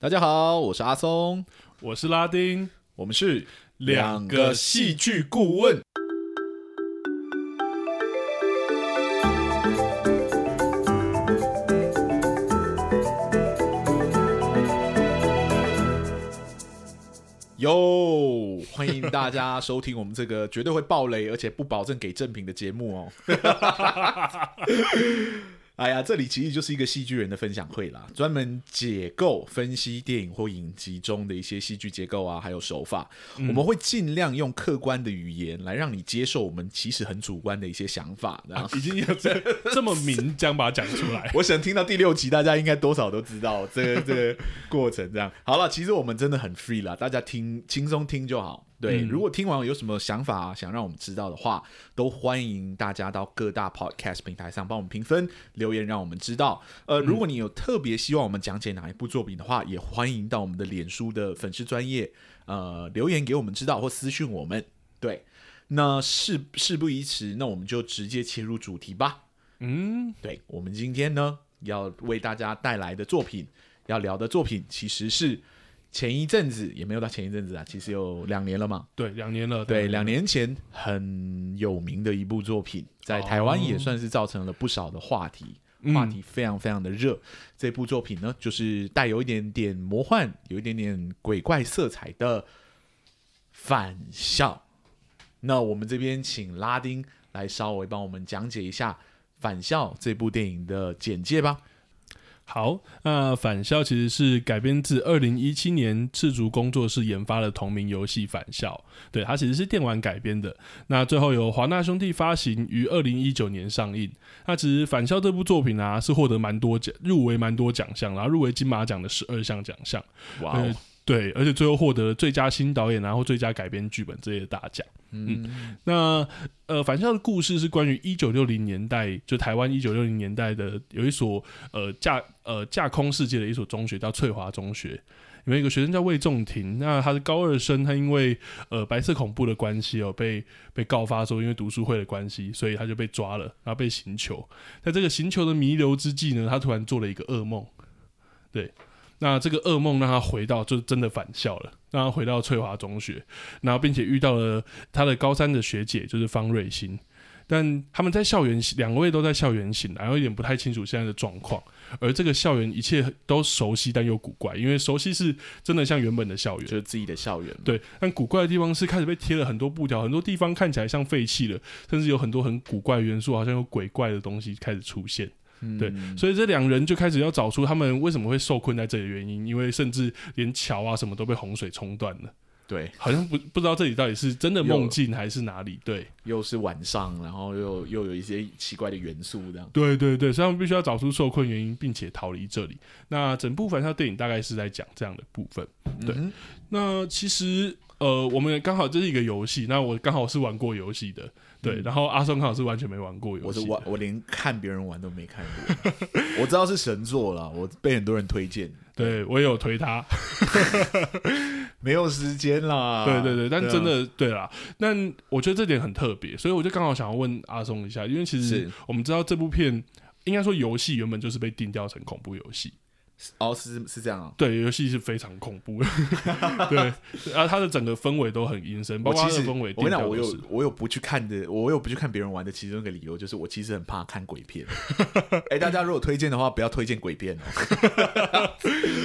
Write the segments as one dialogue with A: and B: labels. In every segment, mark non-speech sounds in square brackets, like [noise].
A: 大家好，我是阿松，
B: 我是拉丁，
A: 我们是
B: 两个戏剧顾问。
A: 哟，欢迎大家收听我们这个绝对会爆雷，而且不保证给正品的节目哦。哎呀，这里其实就是一个戏剧人的分享会啦，专门解构、分析电影或影集中的一些戏剧结构啊，还有手法。我们会尽量用客观的语言来让你接受我们其实很主观的一些想法。然后，，
B: 已经有这这么明将把它讲出来 [laughs]
A: 我想听到第六集，大家应该多少都知道这个这个过程。这样好了，其实我们真的很 free 啦，大家听轻松听就好。对，如果听完有什么想法、啊、想让我们知道的话，都欢迎大家到各大 podcast 平台上帮我们评分、留言，让我们知道。呃，如果你有特别希望我们讲解哪一部作品的话，也欢迎到我们的脸书的粉丝专业呃留言给我们知道或私讯我们。对，那事事不宜迟，那我们就直接切入主题吧。
B: 嗯，
A: 对我们今天呢，要为大家带来的作品，要聊的作品其实是前一阵子，也没有到前一阵子啊，其实有两年了嘛。
B: 对，两年了，
A: 对，两年前很有名的一部作品，在台湾也算是造成了不少的话题，话题非常非常的热。这部作品呢，就是带有一点点魔幻，有一点点鬼怪色彩的《返校》。那我们这边请拉丁来稍微帮我们讲解一下《返校》这部电影的简介吧。
B: 好，那《返校》其实是改编自二零一七年赤足工作室研发的同名游戏《返校》，对，它其实是电玩改编的。那最后由华纳兄弟发行，于二零一九年上映。那其实《返校》这部作品啊，是获得蛮多奖，入围蛮多奖项，然后入围金马奖的十二项奖项。
A: 哇、哦
B: 呃对，而且最后获得了最佳新导演，然啊后最佳改编剧本这些大奖。嗯，那呃，返校的故事是关于一九六零年代，就台湾一九六零年代的有一所呃架呃架空世界的一所中学，叫翠华中学。里面有一个学生叫魏仲庭，那他是高二生，他因为呃白色恐怖的关系哦，被被告发说因为读书会的关系，所以他就被抓了，然后被刑求。在这个刑求的弥留之际呢，他突然做了一个噩梦，对，那这个噩梦让他回到，就是真的返校了，让他回到翠华中学，然后并且遇到了他的高三的学姐，就是方瑞欣。但他们在校园，两位都在校园醒来，然后有点不太清楚现在的状况。而这个校园一切都熟悉，但又古怪，因为熟悉是真的像原本的校园
A: 就，是自己的校园嘛。
B: 对，但古怪的地方是开始被贴了很多布条，很多地方看起来像废弃了，甚至有很多很古怪的元素，好像有鬼怪的东西开始出现。对，所以这两人就开始要找出他们为什么会受困在这里的原因，因为甚至连桥啊什么都被洪水冲断了，
A: 对，
B: 好像不不知道这里到底是真的
A: 有
B: 梦境还是哪里。对，
A: 又是晚上，然后又又有一些奇怪的元素，这样。
B: 对对对，所以他们必须要找出受困原因，并且逃离这里。那整部反校电影大概是在讲这样的部分。对，
A: 嗯哼
B: 那其实呃，我们刚好这是一个游戏，那我刚好是玩过游戏的，对，然后阿松刚好是完全没玩过游
A: 我是
B: 戏的，
A: 玩，我连看别人玩都没看过。 [laughs] 我知道是神作啦，我被很多人推荐，
B: 对我也有推他，
A: 没有时间啦。
B: 对对对，但
A: 啊
B: 真的对啦，但我觉得这点很特别，所以我就刚好想要问阿松一下，因为其实
A: 是
B: 我们知道这部片。应该说，游戏原本就是被定调成恐怖游戏，
A: 哦，是是这样啊。
B: 对，游戏是非常恐怖的，对，
A: [laughs]
B: 然后它的整个氛围都很阴森，包
A: 我
B: 括它
A: 其
B: 的
A: 实
B: 氛围
A: 我跟
B: 定
A: 你
B: 调
A: 讲，我
B: 都是
A: 有我有不去看的，我有不去看别人玩的其中一个理由就是我其实很怕看鬼
B: [laughs]
A: 片。哎、大家如果推荐的话，不要推荐鬼片哦。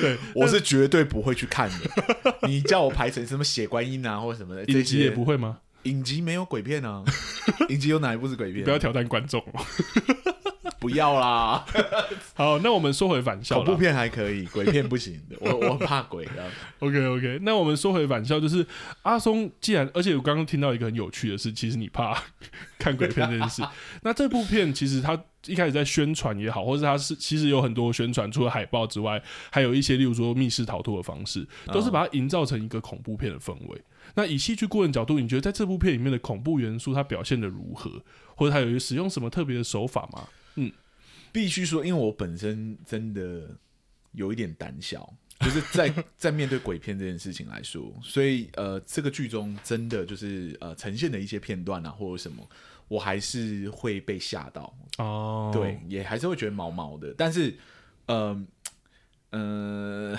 B: 对，
A: [laughs] 我是绝对不会去看的。你叫我排成什么血观音啊，或者什么的，这
B: 影集也
A: 些
B: 不会吗？
A: 影集没有鬼片
B: [laughs]
A: 啊。影集有哪一部是鬼片？
B: 不要挑战观众哦。
A: 不要啦，
B: 好，那我们说回返校
A: 恐
B: 啦
A: 怖片还可以，鬼片不行。我我很怕鬼的。
B: OK OK，那我们说回返校，就是阿松，既然而且我刚刚听到一个很有趣的事，其实你怕 [laughs] 看鬼片这
A: [laughs]
B: 件事。那这部片其实它一开始在宣传也好，或者它是其实有很多宣传，除了海报之外，还有一些例如说密室逃脱的方式，
A: 嗯
B: 都是把它营造成一个恐怖片的氛围。那以戏剧顾问角度，你觉得在这部片里面的恐怖元素它表现的如何，或者它有使用什么特别的手法吗？
A: 必须说，因为我本身真的有一点胆小，就是在在面对鬼片这件事情来说，所以呃，这个剧中真的就是呃呈现的一些片段啊，或者什么，我还是会被吓到，
B: 哦
A: 对，，也还是会觉得毛毛的，但是，嗯、呃，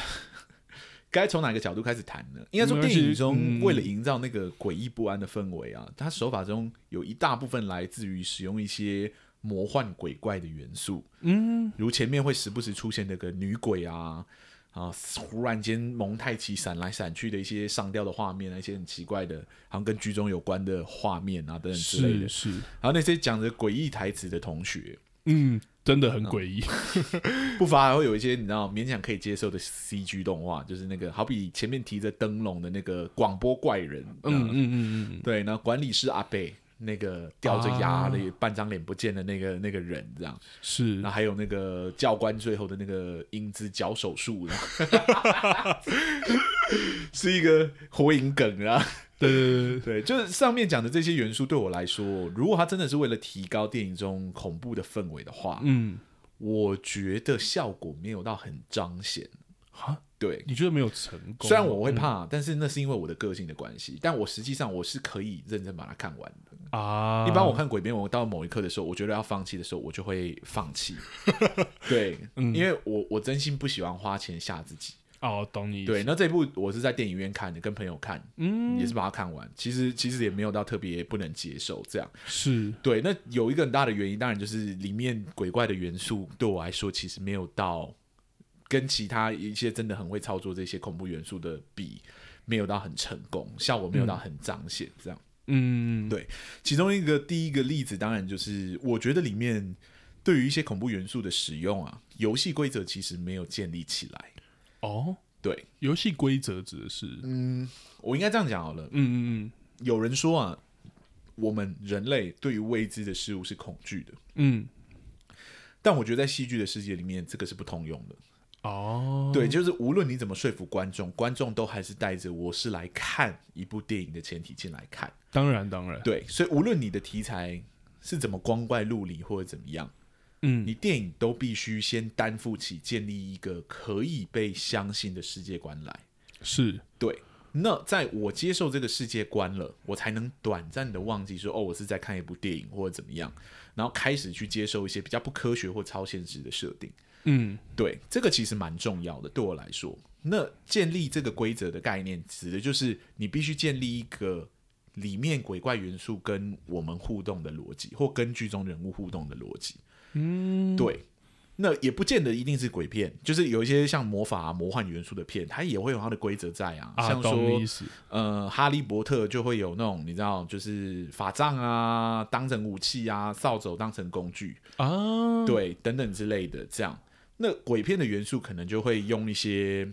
A: [laughs] 该从哪个角度开始谈呢？应该说，
B: 没关
A: 电
B: 系
A: 影中
B: 嗯
A: 为了营造那个诡异不安的氛围啊，它手法中有一大部分来自于使用一些魔幻鬼怪的元素，
B: 嗯，
A: 如前面会时不时出现那个女鬼啊。啊！忽然间蒙太奇闪来闪去的一些上吊的画面啊，一些很奇怪的，好像跟剧中有关的画面啊等等之类的
B: 是。是，
A: 然后那些讲着诡异台词的同学，
B: 嗯，真的很诡异，
A: 不乏还会有一些你知道勉强可以接受的 CG 动画，就是那个好比前面提着灯笼的那个广播怪人，
B: 嗯嗯
A: 嗯，
B: 嗯嗯
A: 对，然后管理室阿贝那个掉着牙
B: 啊
A: 的、半张脸不见的那个那个人这样，
B: 嗯，是
A: 然后还有那个教官最后的那个英姿脚手术， [laughs] 然后是一个火影梗啊。
B: 对对对
A: 对，
B: 对，
A: 就是上面讲的这些元素对我来说，如果它真的是为了提高电影中恐怖的氛围的话，
B: 嗯，
A: 我觉得效果没有到很彰显。
B: 哈，
A: 对，
B: 你觉得没有成功？
A: 虽然我会怕，但是那是因为我的个性的关系。但我实际上我是可以认真把它看完的。
B: 啊，
A: 一般我看鬼片，我到某一刻的时候，我觉得要放弃的时候，我就会放
B: [laughs]
A: 弃。对，
B: 嗯
A: 因为我我真心不喜欢花钱吓自己。
B: 哦，懂你意思
A: 对，，那这部我是在电影院看的，跟朋友看，
B: 嗯，
A: 也是把它看完。其实其实也没有到特别不能接受这样。
B: 是
A: 对，那有一个很大的原因，当然就是里面鬼怪的元素对我来说，其实没有到跟其他一些真的很会操作这些恐怖元素的比，没有到很成功，效果没有到很彰显。这样，
B: 嗯，
A: 对其中一个第一个例子，当然就是我觉得里面对于一些恐怖元素的使用啊，游戏规则其实没有建立起来。
B: 哦，
A: 对
B: 游戏规则指的是，嗯
A: 我应该这样讲好了，
B: 嗯
A: 有人说啊，我们人类对于未知的事物是恐惧的。
B: 嗯嗯，
A: 但我觉得在戏剧的世界里面，这个是不通用的。
B: 哦，
A: 对，就是无论你怎么说服观众，观众都还是带着我是来看一部电影的前提进来看。
B: 当然当然，
A: 对，所以无论你的题材是怎么光怪陆离或者怎么样，
B: 嗯，
A: 你电影都必须先担负起建立一个可以被相信的世界观来。
B: 是
A: 对，那在我接受这个世界观了，我才能短暂的忘记说哦，我是在看一部电影或者怎么样，然后开始去接受一些比较不科学或超现实的设定。
B: 嗯
A: 对，这个其实蛮重要的，对我来说。那建立这个规则的概念，指的就是你必须建立一个里面鬼怪元素跟我们互动的逻辑，或跟剧中人物互动的逻辑。
B: 嗯，
A: 对，那也不见得一定是鬼片，就是有一些像魔法、啊、魔幻元素的片，它也会有它的规则在啊，
B: 啊，
A: 像说
B: 懂你意思，
A: 呃，哈利波特就会有那种你知道，就是法杖啊当成武器啊，扫帚当成工具，
B: 啊，
A: 对，等等之类的，这样。那鬼片的元素可能就会用一些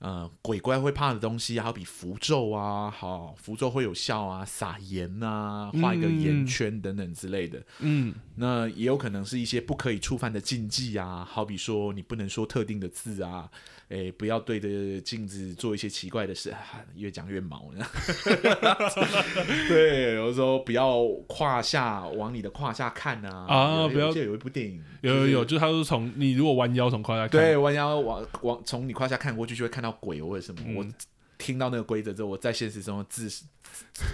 A: 呃鬼怪会怕的东西啊，好比符咒啊，好符咒会有效啊，撒盐啊，画一个盐
B: 嗯
A: 圈等等之类的。
B: 嗯，
A: 那也有可能是一些不可以触犯的禁忌啊，好比说你不能说特定的字啊，诶、不要对着镜子做一些奇怪的事，啊、越讲越毛呢。 [laughs] 对，有时候不要胯下往你的胯下看啊，
B: 啊
A: 有
B: 不要
A: 我记得有一部电影，
B: 有有有，
A: 就是
B: 就是他是从你如果弯腰从胯下看，
A: 对，弯腰往往从你胯下看过去，就会看到鬼或者什么。我
B: 嗯
A: 听到那个规则之后，我在现实中自 [laughs]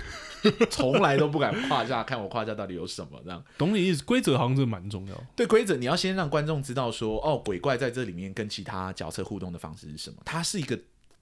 A: 从来都不敢胯下看我胯下到底有什么这样。
B: 懂你意思，规则好像真的蛮重要，
A: 对规则，你要先让观众知道说，哦，鬼怪在这里面跟其他角色互动的方式是什么？它是一个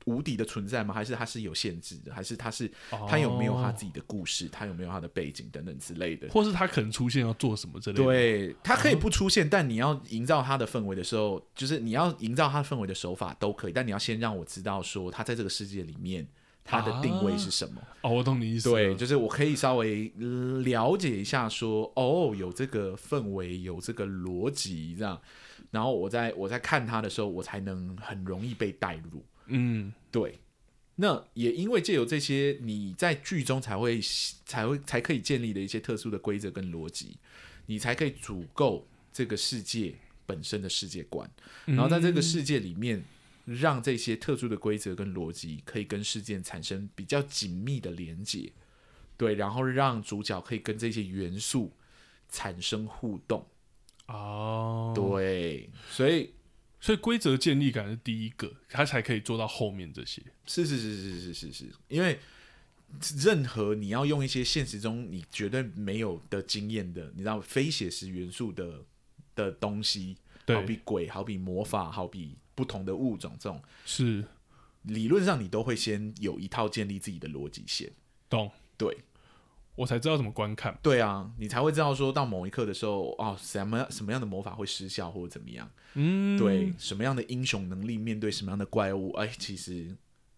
A: 无敌的存在吗？还是它是有限制的？还是它是它有没有它自己的故事？它有没有它的背景等等之类的？
B: 或是他可能出现要做什么之类的，，
A: 对，它可以不出现，但你要营造它的氛围的时候，就是你要营造它氛围的手法都可以，但你要先让我知道说，它在这个世界里面它的定位是什么。
B: 哦，我懂你意思了，
A: 对，就是我可以稍微呃了解一下说，哦，有这个氛围，有这个逻辑这样，然后我在我在看它的时候，我才能很容易被带入。
B: 嗯，
A: 对，那也因为借由这些你在剧中才会才会才可以建立的一些特殊的规则跟逻辑，你才可以足够这个世界本身的世界观，然后在这个世界里面。让这些特殊的规则跟逻辑可以跟事件产生比较紧密的连接，对，然后让主角可以跟这些元素产生互动，
B: 哦，
A: 对，所以
B: 所以规则建立感是第一个，他才可以做到后面这些。
A: 是是是是是是是，因为任何你要用一些现实中你绝对没有的经验的，你知道非写实元素的的东西，
B: 对
A: 好比鬼，好比魔法，好比不同的物种，这种
B: 是
A: 理论上你都会先有一套建立自己的逻辑线。
B: 懂？
A: 对，
B: 我才知道怎么观看。
A: 对啊，你才会知道说到某一刻的时候，哦，什么什么样的魔法会失效或者怎么样，
B: 嗯，
A: 对，，什么样的英雄能力面对什么样的怪物，哎，其实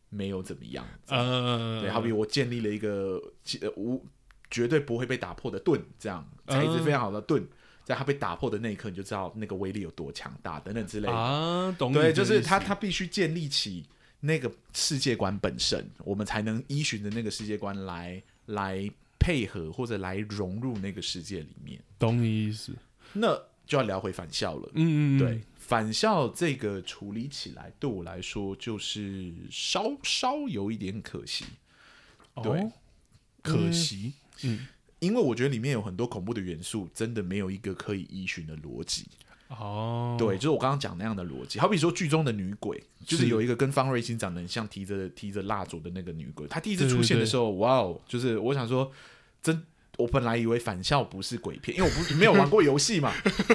A: 没有怎么样。
B: 呃，
A: 对，好比我建立了一个呃无绝对不会被打破的盾，这样
B: 嗯
A: 材质非常好的盾，在它被打破的那一刻，你就知道那个威力有多强大，等等之类的。
B: 啊，懂你的
A: 对，
B: 意思？
A: 就是它，它必须建立起那个世界观本身，我们才能依循着那个世界观来来配合或者来融入那个世界里面。
B: 懂你意思。
A: 那就要聊回返校了。
B: 嗯嗯，嗯
A: 对，，返校这个处理起来对我来说就是稍稍有一点可惜，
B: 哦
A: 对，可惜，
B: 嗯，
A: 因为我觉得里面有很多恐怖的元素，真的没有一个可以依循的逻辑。
B: 哦，
A: 对，就是我刚刚讲那样的逻辑，好比说剧中的女鬼，就是
B: 是
A: 有一个跟方瑞欣长得很像，提着提着蜡烛的那个女鬼，她第一次
B: 对对
A: 出现的
B: 对
A: 时候，哇哦，就是我想说，真。我本来以为返校不是鬼片，因为我不没有玩过游戏
B: [laughs]
A: 嘛，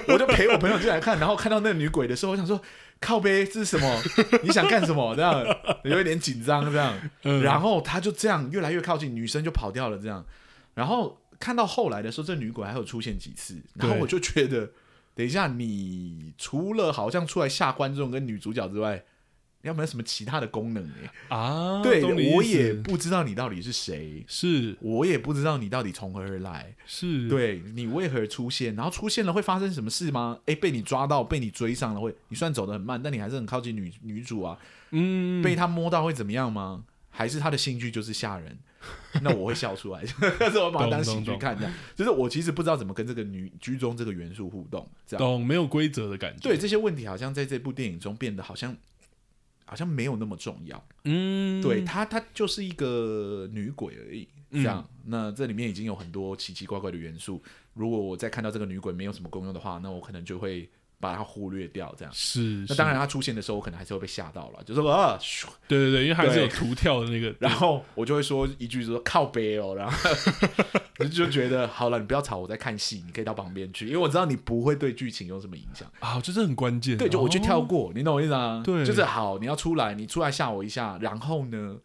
A: 我就陪我朋友进来看，然后看到那个女鬼的时候，我想说靠背这是什么？你想干什么？这
B: [laughs]
A: 样有一点紧张这样，
B: 嗯
A: 然后他就这样越来越靠近，女生就跑掉了这样，然后看到后来的时候，这女鬼还有出现几次，然后
B: 对
A: 我就觉得，等一下，你除了好像出来吓观众跟女主角之外，你要没有什么其他的功能、欸？
B: 啊，
A: 对
B: 懂你意思
A: 我也不知道你到底是谁，
B: 是
A: 我也不知道你到底从何而来，
B: 是，
A: 对你为何出现，然后出现了会发生什么事吗？诶，被你抓到，被你追上了会，你虽然走得很慢，但你还是很靠近女女主啊，
B: 嗯，
A: 被他摸到会怎么样吗？还是他的兴趣就是吓
B: [laughs]
A: 人？那我会笑出来， [laughs] 但是我把它当喜剧看这样。就是我其实不知道怎么跟这个女居中这个元素互动，这样。
B: 懂没有规则的感觉。
A: 对，这些问题，好像在这部电影中变得好像好像没有那么重要。
B: 嗯，
A: 对她，她就是一个女鬼而已。这
B: 嗯
A: 样，那这里面已经有很多奇奇怪怪的元素。如果我再看到这个女鬼没有什么功用的话，那我可能就会把它忽略掉。这样，
B: 是，
A: 那
B: 是
A: 当然，她出现的时候，我可能还是会被吓到了，就说啊，咻
B: 对对对，因为还是
A: 对
B: 有图跳的那个，
A: 然后我就会说一句说靠背哦， [laughs] 然后我就觉得好了，你不要吵，我在看戏，你可以到旁边去，因为我知道你不会对剧情有什么影响。
B: 啊，就是很关键。
A: 对，就我去
B: 哦
A: 跳过，你懂我意思啊？
B: 对
A: 就是好，你要出来，你出来吓我一下，然后呢？哦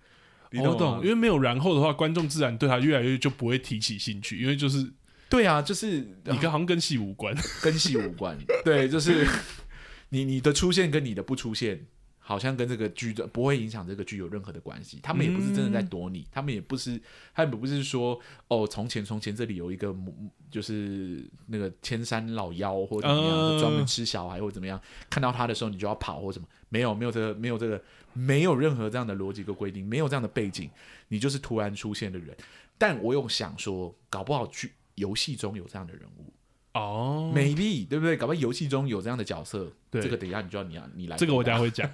A: 你
B: 我
A: 懂吗
B: 懂，因为没有然后的话，观众自然对他越来越就不会提起兴趣，因为就是你
A: 对啊，就是
B: 跟好像跟戏无关。
A: 跟戏无关，对，就是 [laughs] 你你的出现跟你的不出现。好像跟这个剧的不会影响这个剧有任何的关系，他们也不是真的在躲你，他们也不是，他们也不是说哦，从前从前这里有一个母就是那个千山老妖或者怎么样，
B: 嗯
A: 就专门吃小孩或怎么样，看到他的时候你就要跑或什么，没有没有这个没有这个没有任何这样的逻辑跟规定，没有这样的背景，你就是突然出现的人。但我有想说，搞不好剧游戏中有这样的人物，
B: 哦，
A: maybe 对不对？搞不好游戏中有这样的角色，
B: 对
A: 这个等一下你就要你要你来回答，
B: 这个我等一下会讲。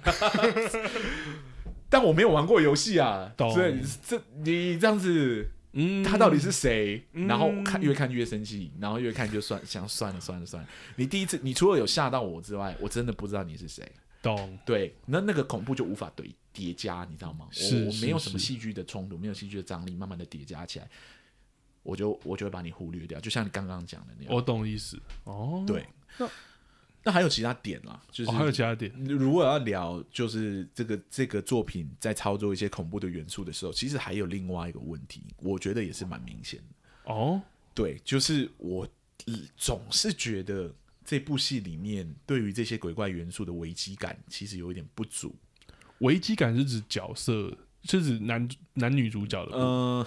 A: 但我没有玩过游戏啊，
B: 懂
A: 所以这你这样子，
B: 嗯，
A: 他到底是谁？
B: 嗯
A: 然后看越看越生气，然后越看就算想算了算了算了。你第一次，你除了有吓到我之外，我真的不知道你是谁。
B: 懂
A: 对，那那个恐怖就无法对叠加，你知道吗？
B: 是
A: 我我
B: 是
A: 没有什么
B: 是
A: 戏剧的冲突，没有戏剧的张力，慢慢的叠加起来，我就我就会把你忽略掉，就像你刚刚讲的那样。
B: 我懂意思。哦，
A: 对
B: 那，
A: 那还有其他点啦，就是
B: 哦，还有其他点
A: 如果要聊就是这个这个作品在操作一些恐怖的元素的时候，其实还有另外一个问题，我觉得也是蛮明显的。
B: 哦，
A: 对，就是我呃总是觉得这部戏里面对于这些鬼怪元素的危机感其实有一点不足。
B: 危机感是指角色，是指男男女主角的部分。
A: 嗯、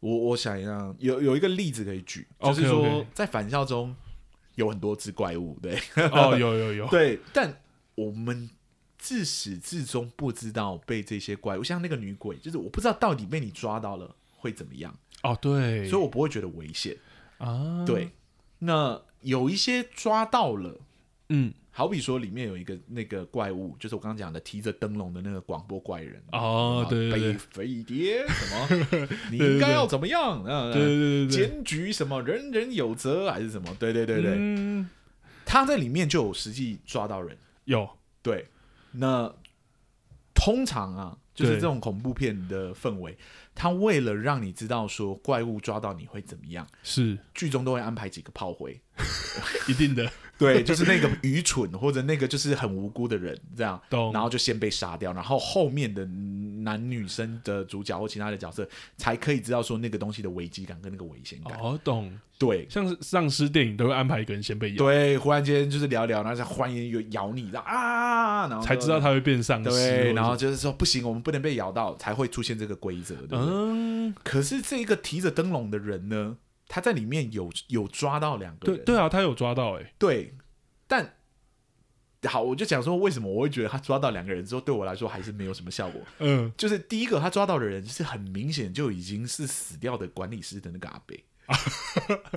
A: 我我想一下，有有一个例子可以举，就
B: OK，OK
A: 是说在返校中有很多只怪物，对
B: 哦，有有有，
A: 对，但我们自始至终不知道被这些怪物，像那个女鬼，就是我不知道到底被你抓到了会怎么样，
B: 哦对，
A: 所以我不会觉得危险。
B: 啊，
A: 对，那有一些抓到了，
B: 嗯，
A: 好比说里面有一个那个怪物，就是我刚刚讲的提着灯笼的那个广播怪人。啊
B: 哦，对对对
A: 北飞碟什
B: [laughs]
A: 么？你应该要怎么样？嗯
B: 对对对对，
A: 检举什么？人人有责还是什么？对对对对，
B: 嗯，
A: 他在里面就有实际抓到人，
B: 有
A: 对，那通常啊，就是
B: 对
A: 这种恐怖片的氛围，他为了让你知道说怪物抓到你会怎么样，
B: 是
A: 剧中都会安排几个炮灰，
B: 一定的， [laughs]
A: 对，就是那个愚蠢或者那个就是很无辜的人这样，
B: 懂
A: 然后就先被杀掉，然后后面的男女生的主角或其他的角色才可以知道说那个东西的危机感跟那个危险感。
B: 哦，懂。
A: 对
B: 像是丧尸电影都会安排一个人先被咬，
A: 对，忽然间就是聊聊，然后再忽然间有咬你，然后啊，然后
B: 才知道
A: 他
B: 他会变丧尸。
A: 对，然后
B: 或者
A: 就是说不行，我们不能被咬到，才会出现这个规则，对不对？
B: 嗯，
A: 可是这一个提着灯笼的人呢，他在里面有有抓到两个
B: 对
A: 人，
B: 对啊，他有抓到哎、欸
A: 对但好，我就讲说为什么我会觉得他抓到两个人之后，对我来说还是没有什么效果。 [laughs]
B: 嗯，
A: 就是第一个他抓到的人是很明显就已经是死掉的管理师的那个
B: [laughs]
A: 阿北，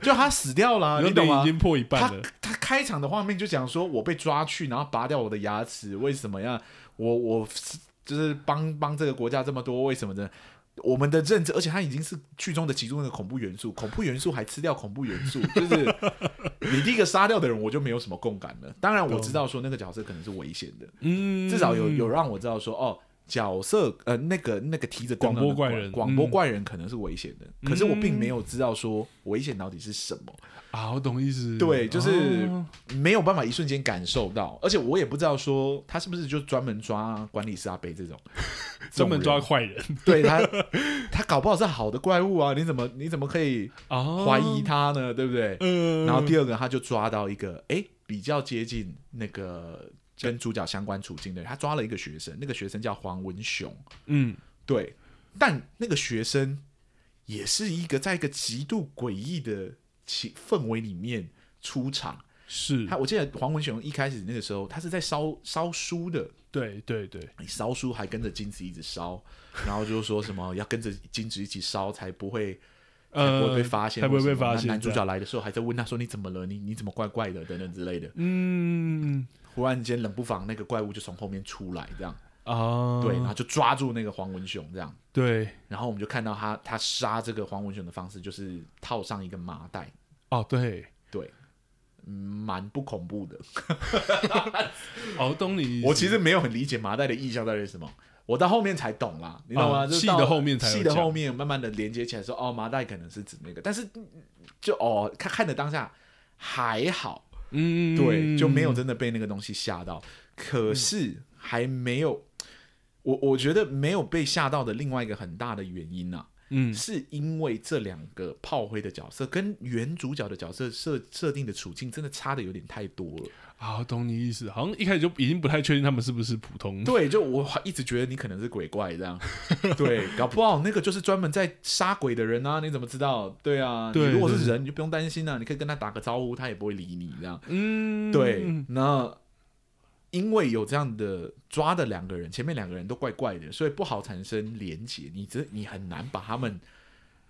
A: 就他死掉了啊、
B: 有
A: 你懂
B: 点
A: 吗
B: 已？经破一半
A: 他
B: 了，
A: 他开场的画面就讲说，我被抓去，然后拔掉我的牙齿，为什么呀？我我就是帮帮这个国家这么多，为什么呢？我们的认知，而且他已经是剧中的其中一个恐怖元素，恐怖元素还吃掉恐怖元素，
B: [laughs]
A: 就是你第一个杀掉的人，我就没有什么共感了。当然我知道说那个角色可能是危险的，
B: 嗯，
A: 至少有有让我知道说哦。角色呃，那个那个提着灯笼的
B: 广播怪人
A: 广播
B: 嗯
A: 怪人可能是危险的，可是我并没有知道说危险到底是什么。
B: 啊，我懂意思，
A: 对，就是
B: 哦
A: 没有办法一瞬间感受到，而且我也不知道说他是不是就专门抓管理师阿贝这种，
B: 专门抓
A: 这种
B: 坏人
A: 人，对 [laughs] 他，他搞不好是好的怪物啊，你怎么你怎么可以
B: 啊，
A: 怀疑，他呢？对不对？
B: 嗯，
A: 然后第二个，他就抓到一个哎比较接近那个跟主角相关处境的人，他抓了一个学生，那个学生叫黄文雄，
B: 嗯，
A: 对，但那个学生也是一个在一个极度诡异的气氛围里面出场。
B: 是
A: 他，我记得黄文雄一开始那个时候，他是在烧烧书的，
B: 对对对，
A: 烧书还跟着金子一直
B: [laughs]
A: 烧，然后就说什么要跟着金子一起烧才不
B: [laughs]
A: 会才
B: 呃，
A: 不会被发现，
B: 才不会被
A: 或什么
B: 发现
A: 那男主角来的时候还在问他说你怎么了？你你怎么怪怪的等等之类的。
B: 嗯
A: 忽然间冷不防那个怪物就从后面出来，这样
B: 啊，
A: 对，然后就抓住那个黄文雄这样。
B: 对，
A: 然后我们就看到他，他杀这个黄文雄的方式就是套上一个麻袋，
B: 哦对，
A: 对，嗯蛮不恐怖的。
B: 哦懂你意思，
A: 我其实没有很理解麻袋的意象到底是什么，我到后面才懂啦，你懂吗？
B: 啊
A: 就是到
B: 戏的后面才有
A: 戏的
B: 讲
A: 后面慢慢的连接起来说，哦，麻袋可能是指那个，但是嗯就哦，看看的当下还好，
B: 嗯，嗯，
A: 对，
B: 嗯
A: 就没有真的被那个东西吓到，可是还没有，我我觉得没有被吓到的另外一个很大的原因啊，
B: 嗯
A: 是因为这两个炮灰的角色跟原主角的角色设设定的处境真的差的有点太多了。
B: 啊懂你意思，好像一开始就已经不太确定他们是不是普通，
A: 对，就我一直觉得你可能是鬼怪
B: [laughs]
A: 这样，对，搞不好那个就是专门在杀鬼的人啊，你怎么知道？对啊，
B: 对
A: 你如果是
B: 对
A: 人，你就不用担心啊，你可以跟他打个招呼，他也不会理你这样。
B: 嗯，
A: 对，那因为有这样的抓的两个人，前面两个人都怪怪的，所以不好产生连结，你这你很难把他们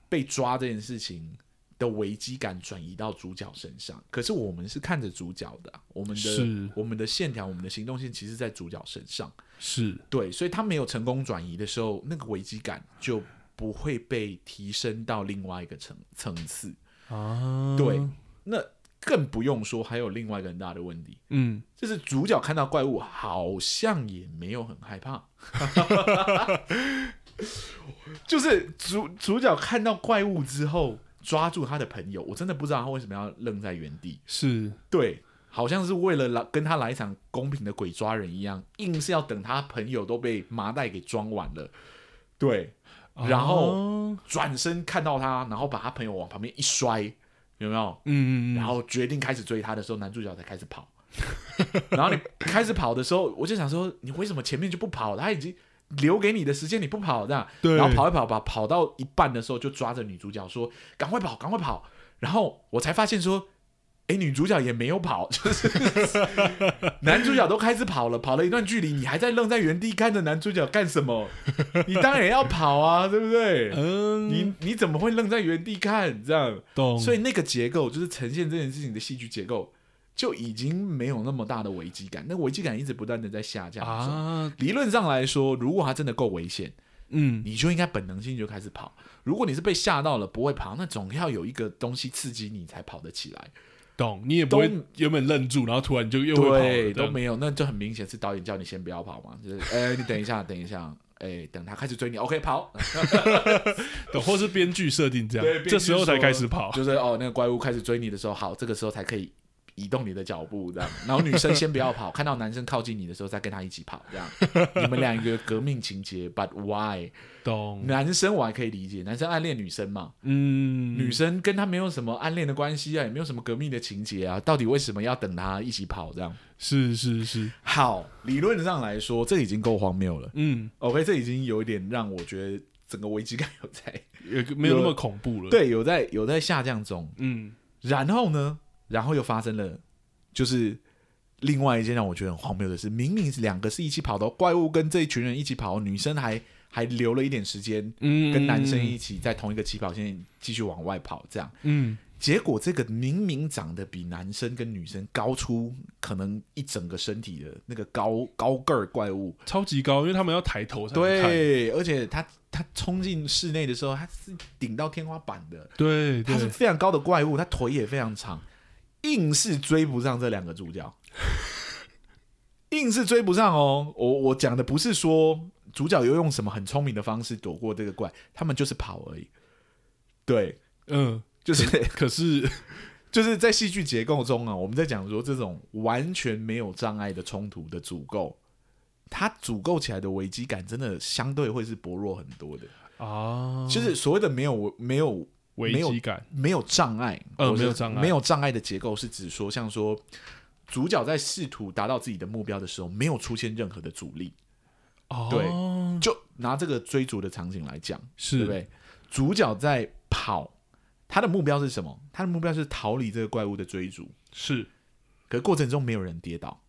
A: 被抓这件事情。的危机感转移到主角身上，可是我们是看着主角的啊，我们
B: 是
A: 的我们的线条、我们的行动线其实在主角身上，
B: 是
A: 对，所以他没有成功转移的时候，那个危机感就不会被提升到另外一个层层次。
B: 啊，
A: 对，那更不用说还有另外一个很大的问题，
B: 嗯，
A: 就是主角看到怪物好像也没有很害怕， [laughs] 就是主主角看到怪物之后抓住他的朋友，我真的不知道他为什么要愣在原地。
B: 是
A: 对，好像是为了来跟他来一场公平的鬼抓人一样，硬是要等他朋友都被麻袋给装完了，对，然后
B: 哦
A: 转身看到他，然后把他朋友往旁边一摔，有没有？
B: 嗯嗯嗯，
A: 然后决定开始追他的时候，男主角才开始跑。 [laughs] 然后你开始跑的时候，我就想说，你为什么前面就不跑？他已经留给你的时间你不跑，这样，
B: 对
A: 然后跑一跑吧，跑到一半的时候就抓着女主角说：“赶快跑，赶快跑！”然后我才发现说，哎，女主角也没有跑，就是 [laughs] 男主角都开始跑了，跑了一段距离，你还在愣在原地看着男主角干什么？你当然要跑啊，对不对？
B: 嗯，
A: 你你怎么会愣在原地看这样？
B: 懂，
A: 所以那个结构就是呈现这件事情的戏剧结构，就已经没有那么大的危机感，那危机感一直不断的在下降中。
B: 啊，
A: 理论上来说，如果它真的够危险，
B: 嗯，
A: 你就应该本能性就开始跑。如果你是被吓到了不会跑，那总要有一个东西刺激你才跑得起来。
B: 懂，你也不会
A: 都
B: 原本愣住，然后突然就又会跑了
A: 对，
B: 这
A: 都
B: 样
A: 没有，那就很明显是导演叫你先不要跑嘛，就是哎、你等一下，等一下，哎、等他开始追你，OK，跑。 [laughs]
B: 懂，或是编剧设定这
A: 对
B: 样，
A: 编剧
B: 这时候才开始跑，
A: 就是哦，那个怪物开始追你的时候，好，这个时候才可以移动你的脚步，这 [laughs] 样。然后女生先不要跑，看到男生靠近你的时候，再跟他一起跑，这样。 [laughs] 你们两个革命情节，But why？
B: 懂，
A: 男生我还可以理解，男生暗恋女生嘛，
B: 嗯，
A: 女生跟他没有什么暗恋的关系啊，也没有什么革命的情节啊，到底为什么要等他一起跑这样？
B: 是是是，
A: 好，理论上来说，这已经够荒谬了。
B: 嗯，
A: OK，这已哦经有一点让我觉得整个危机感有在
B: 也没有那么恐怖了，，
A: 对有在有在下降中。
B: 嗯，
A: 然后呢，然后又发生了，就是另外一件让我觉得很荒谬的事，明明两个是一起跑的怪物，跟这一群人一起跑，女生还还留了一点时间
B: 嗯，
A: 跟男生一起在同一个起跑线继续往外跑，这样。
B: 嗯，
A: 结果这个明明长得比男生跟女生高出可能一整个身体的那个高高个儿怪物，
B: 超级高，因为他们要抬头才能看，
A: 对，而且他他冲进室内的时候，他是顶到天花板的，
B: 对
A: 他是
B: 对，
A: 非常高的怪物，他腿也非常长，硬是追不上这两个主角， [laughs] 硬是追不上哦。我我讲的不是说主角又用什么很聪明的方式躲过这个怪，他们就是跑而已。对，
B: 嗯，
A: 就是
B: 可是
A: [laughs] 就是在戏剧结构中啊，我们在讲说这种完全没有障碍的冲突的组构，它组构起来的危机感真的相对会是薄弱很多的。
B: 啊，
A: 就是所谓的没有没有
B: 危
A: 没有
B: 机感，
A: 没有障碍，
B: 呃
A: 我是
B: 没有障碍
A: 没有障碍的结构是指说，像说主角在试图达到自己的目标的时候，没有出现任何的阻力。
B: 哦，
A: 对就拿这个追逐的场景来讲，对不
B: 是，
A: 对？主角在跑，他的目标是什么？他的目标是逃离这个怪物的追逐。
B: 是
A: 可是过程中没有人跌倒，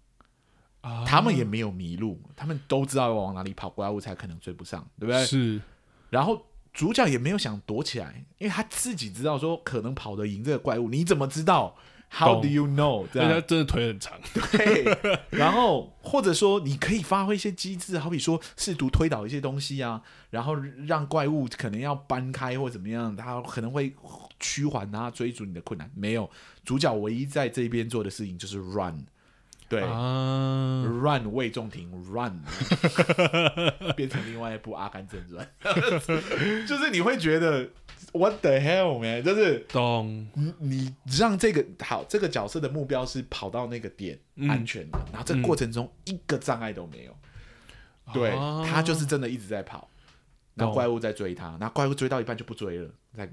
B: 啊，
A: 他们也没有迷路，他们都知道要往哪里跑，怪物才可能追不上，对不对？
B: 是，
A: 然后主角也没有想躲起来，因为他自己知道说可能跑得赢这个怪物，你怎么知道？How
B: 懂
A: do you know？这
B: 人家 [laughs]
A: 样
B: 真的腿很长，
A: 对。然后或者说你可以发挥一些机制，好比说试图推倒一些东西啊，然后让怪物可能要搬开或怎么样，他可能会趋缓他追逐你的困难。没有，主角唯一在这边做的事情就是 run。对、
B: 啊，
A: run 魏仲廷 run，变成另外一部《阿甘正传》，
B: [laughs]
A: 就是你会觉得 what the hell man，就是
B: 懂，
A: 你你让这个好这个角色的目标是跑到那个点、
B: 嗯哦
A: 安全的，然后这个过程中一个障碍都没有，对、
B: 啊
A: 他就是真的一直在跑，然后
B: 懂
A: 怪物在追他，然后怪物追到一半就不追了，在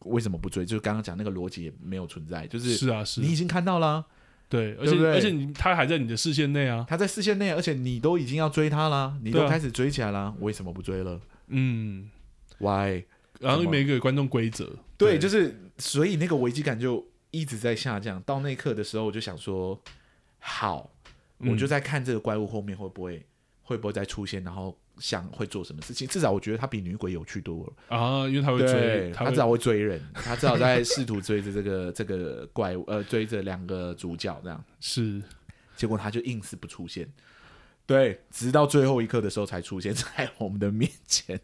A: 为什么不追？就是刚刚讲那个逻辑也没有存在，就是
B: 是啊是
A: 你，已经看到了啊、
B: 对，
A: 对
B: 而
A: 不
B: 且
A: 对
B: 而且你他还在你的视线内啊，
A: 他在视线内，而且你都已经要追他啦，你
B: 对
A: 都
B: 啊
A: 开始追起来啦，为什么不追了
B: 嗯，
A: ？Why？
B: 然后
A: 怎么
B: 每一个有观众规则，
A: 对，就是所以那个危机感就一直在下降。到那一刻的时候，我就想说，好，
B: 嗯
A: 我就在看这个怪物后面会不会、会不会再出现，然后想会做什么事情。至少我觉得他比女鬼有趣多了。
B: 啊，因为他会追，
A: 对，
B: 他
A: 他
B: 会
A: 至少会追人，他至少在试图追着这个这个怪物，呃，追着两个主角这样。 [laughs]
B: 是
A: 结果他就硬是不出现。对，直到最后一刻的时候才出现在我们的面前，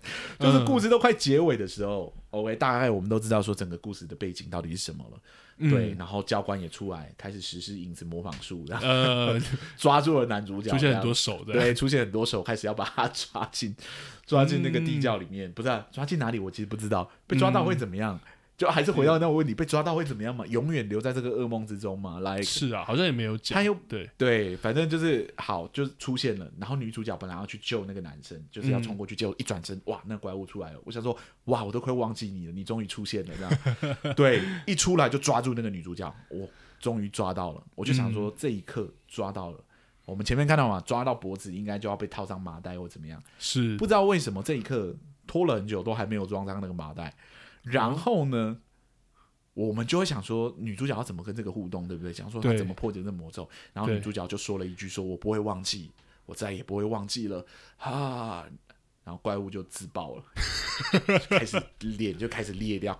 A: 就
B: 嗯
A: 是故事都快结尾的时候、o k 大概我们都知道说整个故事的背景到底是什么了。
B: 嗯
A: 对，然后教官也出来开始实施影子模仿术，然后
B: 呃，
A: 抓住了男主角，
B: 出现很
A: 这
B: 多
A: 样
B: 手的，
A: 对，出现很多手，开始要把他抓进抓进那个地窖里面，
B: 嗯
A: 不是啊、抓进哪里？我其实不知道，被抓到会怎么样？就还是回到那个问题，被抓到会怎么样嘛？永远留在这个噩梦之中嘛？来，
B: 是啊，好像也没有讲，
A: 他又
B: 对，
A: 对，反正就是好，就是出现了。然后女主角本来要去救那个男生，就是要冲过去，结果一转身，哇，那怪物出来了。我想说，哇，我都快忘记你了，你终于出现了这样。对，一出来就抓住那个女主角，我终于抓到了。我就想说，这一刻抓到了。我们前面看到嘛，抓到脖子应该就要被套上麻袋或怎么样，
B: 是
A: 不知道为什么这一刻拖了很久都还没有装上那个麻袋。
B: 嗯
A: 然后呢，我们就会想说，女主角要怎么跟这个互动，对不对？想说她
B: 对
A: 怎么破解这魔咒。然后
B: 对
A: 女主角就说了一句说：“我不会忘记，我再也不会忘记了。”啊！然后怪物就自爆了，就开
B: [laughs]
A: 始脸就开始裂掉，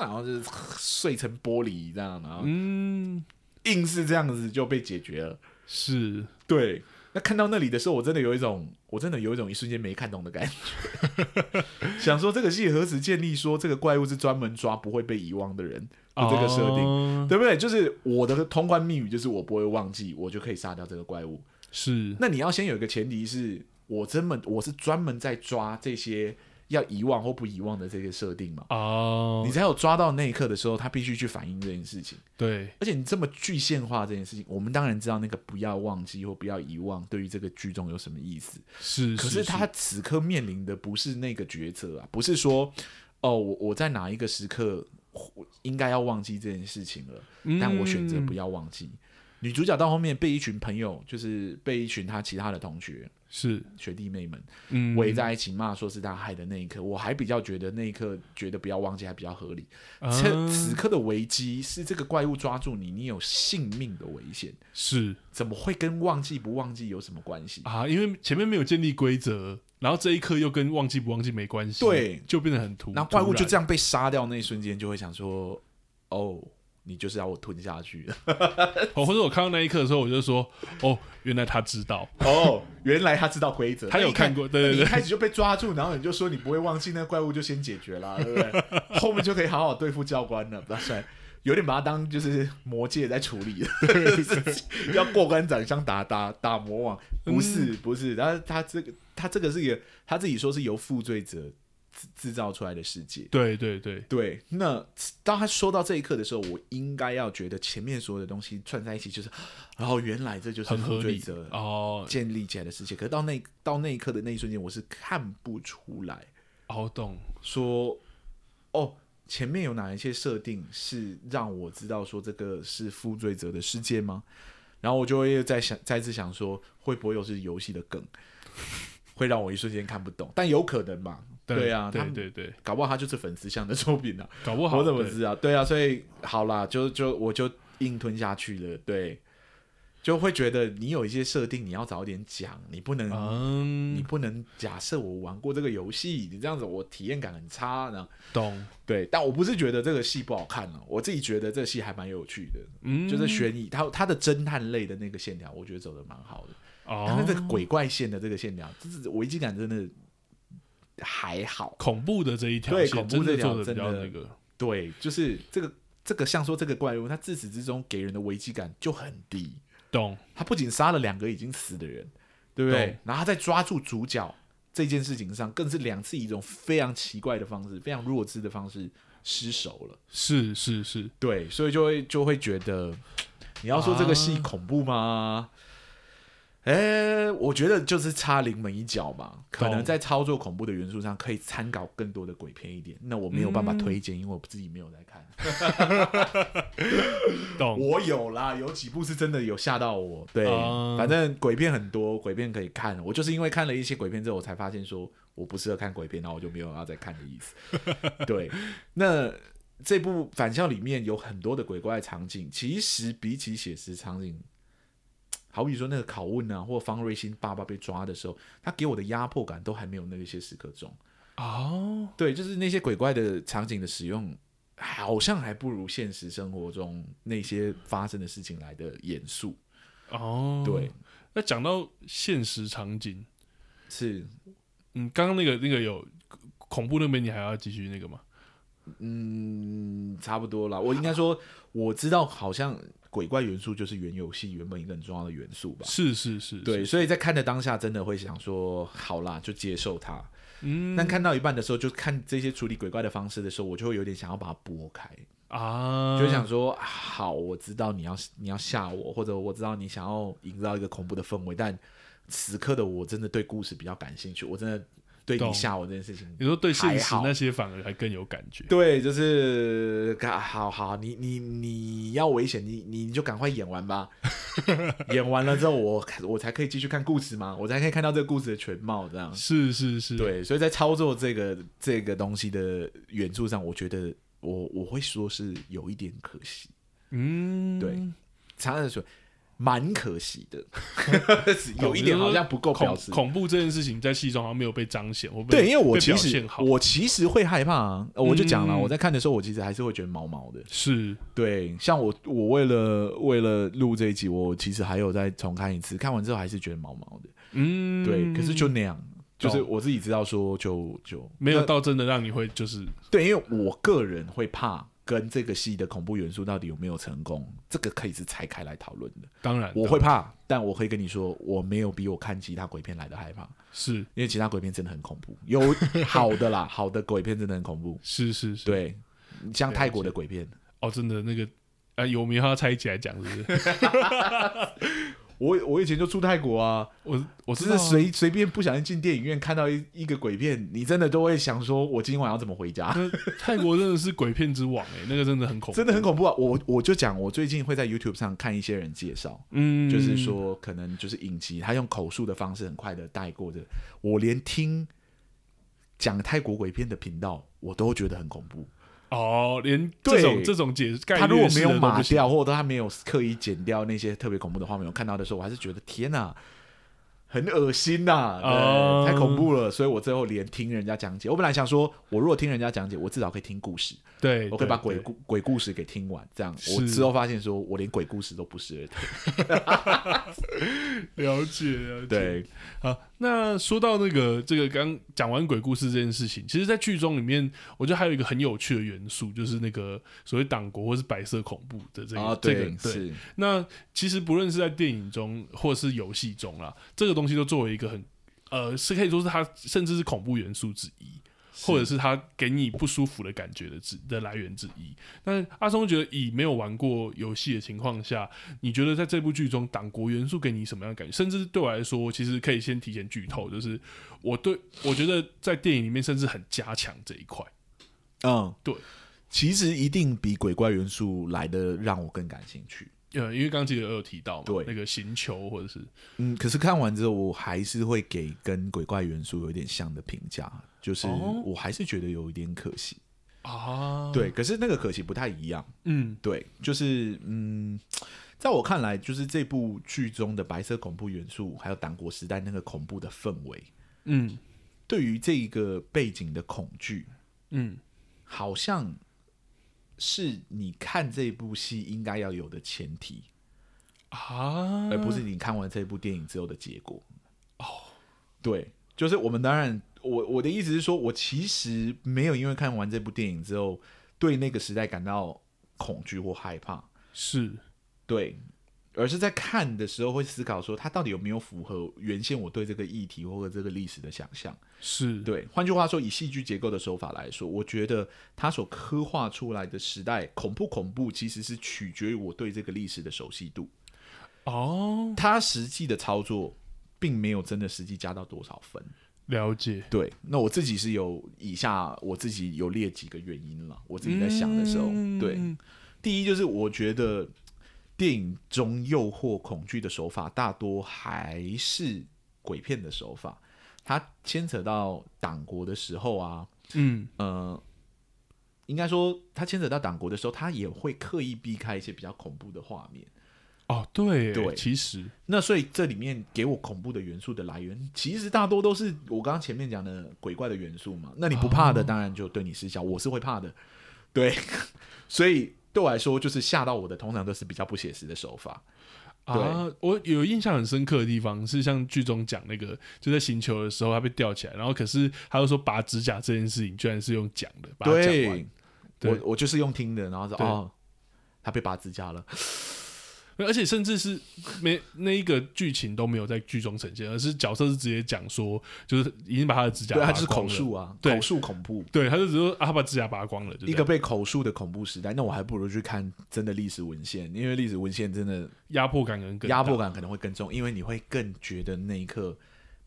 A: 然后就是碎成玻璃这样，然后
B: 嗯
A: 硬是这样子就被解决了。
B: 是
A: 对，那看到那里的时候，我真的有一种，我真的有一种一瞬间没看懂的感觉，想说这个戏何时建立说这个怪物是专门抓不会被遗忘的人的这个设定，
B: 定
A: 对不对？就是我的通关密语就是我不会忘记，我就可以杀掉这个怪物。
B: 是
A: 那你要先有一个前提是我真门我是专门在抓这些要遗忘或不遗忘的这些设定嘛。
B: 哦
A: 你，才有抓到那一刻的时候，他必须去反映这件事情。
B: 对，
A: 而且你这么具现化这件事情，我们当然知道那个不要忘记或不要遗忘对于这个剧中有什么意思。
B: 是，
A: 可是他此刻面临的不是那个抉择啊，不是说哦，我我在哪一个时刻我应该要忘记这件事情了，
B: 嗯
A: 但我选择不
B: 要，
A: 要忘记。女主角到后面被一群朋友，就是被一群她其他的同学、
B: 是，
A: 学弟妹们
B: 嗯，
A: 围在一起骂，说是她害的那一刻，我还比较觉得那一刻觉得不要忘记还比较合理。
B: 啊
A: 此此刻的危机是这个怪物抓住你，你有性命的危险，
B: 是
A: 怎么会跟忘记不忘记有什么关系？
B: 啊，因为前面没有建立规则，然后这一刻又跟忘记不忘记没关系，
A: 对
B: 就变得很突。
A: 那怪物就这
B: 样，
A: 样被杀掉那一瞬间，就会想说：“哦，你就是要我吞下去的。
B: 哦，或者我看到那一刻的时候，我就说，哦，原来他知道，”
A: 哦， [laughs] 原来他知道规则，
B: 他有看过对对
A: 你
B: 对
A: 一开始就被抓住，然后你就说你不会忘记，那怪物就先解决
B: [laughs]
A: 了，对不对？后面就可以好好对付教官了。不算有点把他当就是魔界在处
B: [laughs]
A: 理，要过关斩将打打打魔王，不
B: 嗯
A: 是不是，然后他这个他这个是一个他自己说是由负罪者制制造出来的世界，
B: 对对对，
A: 对，那当他说到这一刻的时候，我应该要觉得前面所有的东西串在一起，就是，然后原来这就是
B: 很
A: 负
B: 合
A: 罪
B: 理
A: 者
B: 哦，
A: 建立起来的世界。可是到那到那一刻的那一瞬间，我是看不出来
B: 好懂，
A: 说，哦，前面有哪一些设定是让我知道说这个是负罪者的世界吗？然后我就会再想再次想说，会不会又是游戏的梗， [laughs] 会让我一瞬间看不懂？但有可能嘛？对啊，他
B: 对
A: 们
B: 对对，
A: 搞不好他就是粉丝向的作品啊。
B: 搞不好
A: 我怎么
B: 对
A: 知道？对啊，所以好啦，就就我就硬吞下去了。对，就会觉得你有一些设定，你要早点讲，你不能、你
B: 嗯，
A: 不能假设我玩过这个游戏，你这样子我体验感很差呢。
B: 懂，
A: 对，但我不是觉得这个戏不好看了、我自己觉得这个戏还蛮有趣的，
B: 嗯，
A: 就是悬疑，它它的侦探类的那个线条，我觉得走的蛮好的。它
B: 哦
A: 那，个鬼怪线的这个线条，就是危机感真的还好。
B: 恐怖的这一条
A: 对
B: 线
A: 恐怖
B: 真
A: 这
B: 的
A: 条
B: 做的比较
A: 真的
B: 那个，
A: 对，就是这个这个像说这个怪物，它自始至终给人的危机感就很低。
B: 懂，
A: 他不仅杀了两个已经死的人，对不对
B: 懂？
A: 然后他在抓住主角这件事情上，更是两次以一种非常奇怪的方式、非常弱智的方式失手了。
B: 是是是，
A: 对，所以就会就会觉得，你要说这个戏
B: 啊
A: 恐怖吗？哎、我觉得就是差临门一脚吧，可能
B: 懂
A: 在操作恐怖的元素上可以参考更多的鬼片一点。那我没有办法
B: 嗯
A: 推荐，因为我自己没有在看。
B: 懂，
A: 我有啦，有几部是真的有吓到我。对，
B: 啊
A: 反正鬼片很多，鬼片可以看。我就是因为看了一些鬼片之后，我才发现说我不适合看鬼片，然后我就没有要再看的意思。对，那这部《返校》里面有很多的鬼怪场景，其实比起写实场景。好比说那个拷问啊，或方瑞欣爸爸被抓的时候，他给我的压迫感都还没有那些时刻重。
B: 哦，
A: 对，就是那些鬼怪的场景的使用，好像还不如现实生活中那些发生的事情来的严肃。
B: 哦，
A: 对，，
B: 那讲到现实场景，
A: 是，
B: 嗯，刚刚那个那个有恐怖那边，你还要继续那个吗？
A: 嗯，差不多啦。我应该说，我知道好像鬼怪元素就是原游戏原本一个很重要的元素吧。
B: 是是是，
A: 对，
B: 是，
A: 所以在看的当下，真的会想说，好啦，就接受它。
B: 嗯
A: 但看到一半的时候，就看这些处理鬼怪的方式的时候，我就会有点想要把它拨开。
B: 啊，
A: 就想说，好，我知道你要你要吓我，或者我知道你想要营造一个恐怖的氛围，但此刻的我真的对故事比较感兴趣，我真的对你
B: 懂
A: 吓我这件事情
B: 你，说对现实
A: 还好
B: 那些反而还更有感觉，
A: 对，就是，嘎好好，你你你要危险，你你就赶快演完
B: [laughs]
A: 吧，演完了之后我我才可以继续看故事嘛，我才可以看到这个故事的全貌，这样
B: 是是是，，
A: 对，所以在操作这个这个东西的原著上，我觉得我我会说是有一点可惜。
B: 嗯，
A: 对长按水蛮可惜
B: [laughs]
A: 的，有一点
B: 就是
A: 好像不够表
B: 恐
A: 示。
B: 恐怖这件事情在戏中好像没有被彰显，或被
A: 对，因为我
B: 被
A: 其
B: 表
A: 实
B: 现好
A: 我其实会害怕啊，呃我就讲了，
B: 嗯
A: 我在看的时候，我其实还是会觉得毛毛的。
B: 是
A: 对，像我，我为了为了录这一集，我其实还有再重看一次，看完之后还是觉得毛毛的。
B: 嗯，
A: 对，可是就那样，就是
B: 懂
A: 我自己知道说就就
B: 没有
A: 那
B: 到真的让你会就是
A: 对，因为我个人会怕跟这个戏的恐怖元素到底有没有成功，这个可以是拆开来讨论的。
B: 当然
A: 我会怕，但我可以跟你说，我没有比我看其他鬼片来的害怕，
B: 是
A: 因为其他鬼片真的很恐怖， [laughs] 有好的啦，好的鬼片真的很恐怖。
B: 是是是，
A: 对，像
B: 了
A: 泰国的
B: 解
A: 鬼片，
B: 哦，真的那个啊，有名要拆起来讲，是不是？ [laughs]
A: 我我以前就住泰国啊，
B: 我我
A: 只
B: 知道
A: 是
B: 啊
A: 随随便不小心进电影院看到一一个鬼片，你真的都会想说，我今晚要怎么回家？ [laughs]
B: 那泰国真的是鬼片之王哎、那个真的很恐怖，
A: 真的很恐怖啊！我我就讲，我最近会在 YouTube 上看一些人介绍，
B: 嗯，
A: 就是说可能就是影集，他用口述的方式很快的带过的，我连听讲泰国鬼片的频道，我都觉得很恐怖。
B: 哦，连
A: 对
B: 这种这种解概
A: 他如果
B: 率式
A: 没
B: 的都
A: 有
B: 不
A: 码
B: 行，
A: 掉，或者他没有刻意剪掉那些特别恐怖的画面，我看到的时候，我还是觉得天哪、很恶心呐、对
B: 哦
A: 太恐怖了。所以我最后连听人家讲解，我本来想说，我如果听人家讲解，我至少可以听故事，
B: 对，
A: 我可以
B: 对
A: 把鬼
B: 对
A: 故鬼故事给听完。这样，我
B: 是
A: 之后发现说我连鬼故事都不适合听。
B: 了解了解。
A: 对，
B: 好，那说到那个这个刚讲完鬼故事这件事情，其实，在剧中里面，我觉得还有一个很有趣的元素，就是那个所谓党国或是白色恐怖的这个、
A: 啊，
B: 这
A: 对，
B: 个对。
A: 是
B: 那其实不论是在电影中或是游戏中啦，这个东西都作为一个很呃，是可以说是它甚至是恐怖元素之一。或者是它给你不舒服的感觉的之的来源之一。但阿松觉得，以没有玩过游戏的情况下，你觉得在这部剧中党国元素给你什么样的感觉？甚至对我来说，其实可以先提前剧透，就是我对我觉得在电影里面甚至很加强这一块。
A: 嗯，
B: 对。
A: 其实一定比鬼怪元素来的让我更感兴趣，
B: 呃，因为刚刚记得有提到嘛，
A: 对
B: 那个行球或者是
A: 嗯，可是看完之后，我还是会给跟鬼怪元素有点像的评价，就是
B: 哦
A: 我还是觉得有一点可惜。
B: 啊，
A: 对，可是那个可惜不太一样。
B: 嗯，
A: 对，就是嗯，在我看来，就是这部剧中的白色恐怖元素，还有党国时代那个恐怖的氛围，
B: 嗯
A: 对于这一个背景的恐惧，
B: 嗯，
A: 好像是你看这部戏应该要有的前提。
B: 啊，
A: 而不是你看完这部电影之后的结果。哦，对，就是我们当然，我我的意思是说，我其实没有因为看完这部电影之后对那个时代感到恐惧或害怕，
B: 是
A: 对，而是在看的时候会思考说，它到底有没有符合原先我对这个议题或者这个历史的想象。
B: 是，
A: 对，换句话说，以戏剧结构的手法来说，我觉得它所刻画出来的时代恐怖恐怖，其实是取决于我对这个历史的熟悉度。
B: 哦，
A: 他实际的操作并没有真的实际加到多少分。
B: 了解，
A: 对，那我自己是有以下我自己有列几个原因了，我自己在想的时候，
B: 嗯
A: 对，第一就是我觉得电影中诱惑恐惧的手法大多还是鬼片的手法，它牵扯到党国的时候啊，
B: 嗯，
A: 呃。应该说，它牵扯到党国的时候，它也会刻意避开一些比较恐怖的画面。
B: 哦，对，
A: 对
B: 其实
A: 那所以这里面给我恐怖的元素的来源，其实大多都是我刚刚前面讲的鬼怪的元素嘛。那你不怕
B: 哦
A: 的，当然就对你失效。我是会怕的，对， [laughs] 所以对我来说，就是吓到我的，通常都是比较不写实的手法。
B: 啊，我有印象很深刻的地方是，像剧中讲那个，就在行球的时候他被吊起来，然后可是他又说拔指甲这件事情，居然是用讲的，把它讲完
A: 对，，
B: 对
A: 我我就是用听的，然后说
B: 对
A: 哦，他被拔指甲了，
B: 而且甚至是没那一个剧情都没有在剧中呈现，而是角色是直接讲说，就是已经把他的指甲
A: 对，
B: 拔
A: 他就
B: 光
A: 是口
B: 了，
A: 述啊，
B: 对
A: 口述恐怖。
B: 对，他就只说啊，他把指甲拔光了，就这
A: 一
B: 样
A: 个被口述的恐怖时代，那我还不如去看真的历史文献，因为历史文献真的
B: 压迫感跟更大
A: 压迫感可能会更重，因为你会更觉得那一刻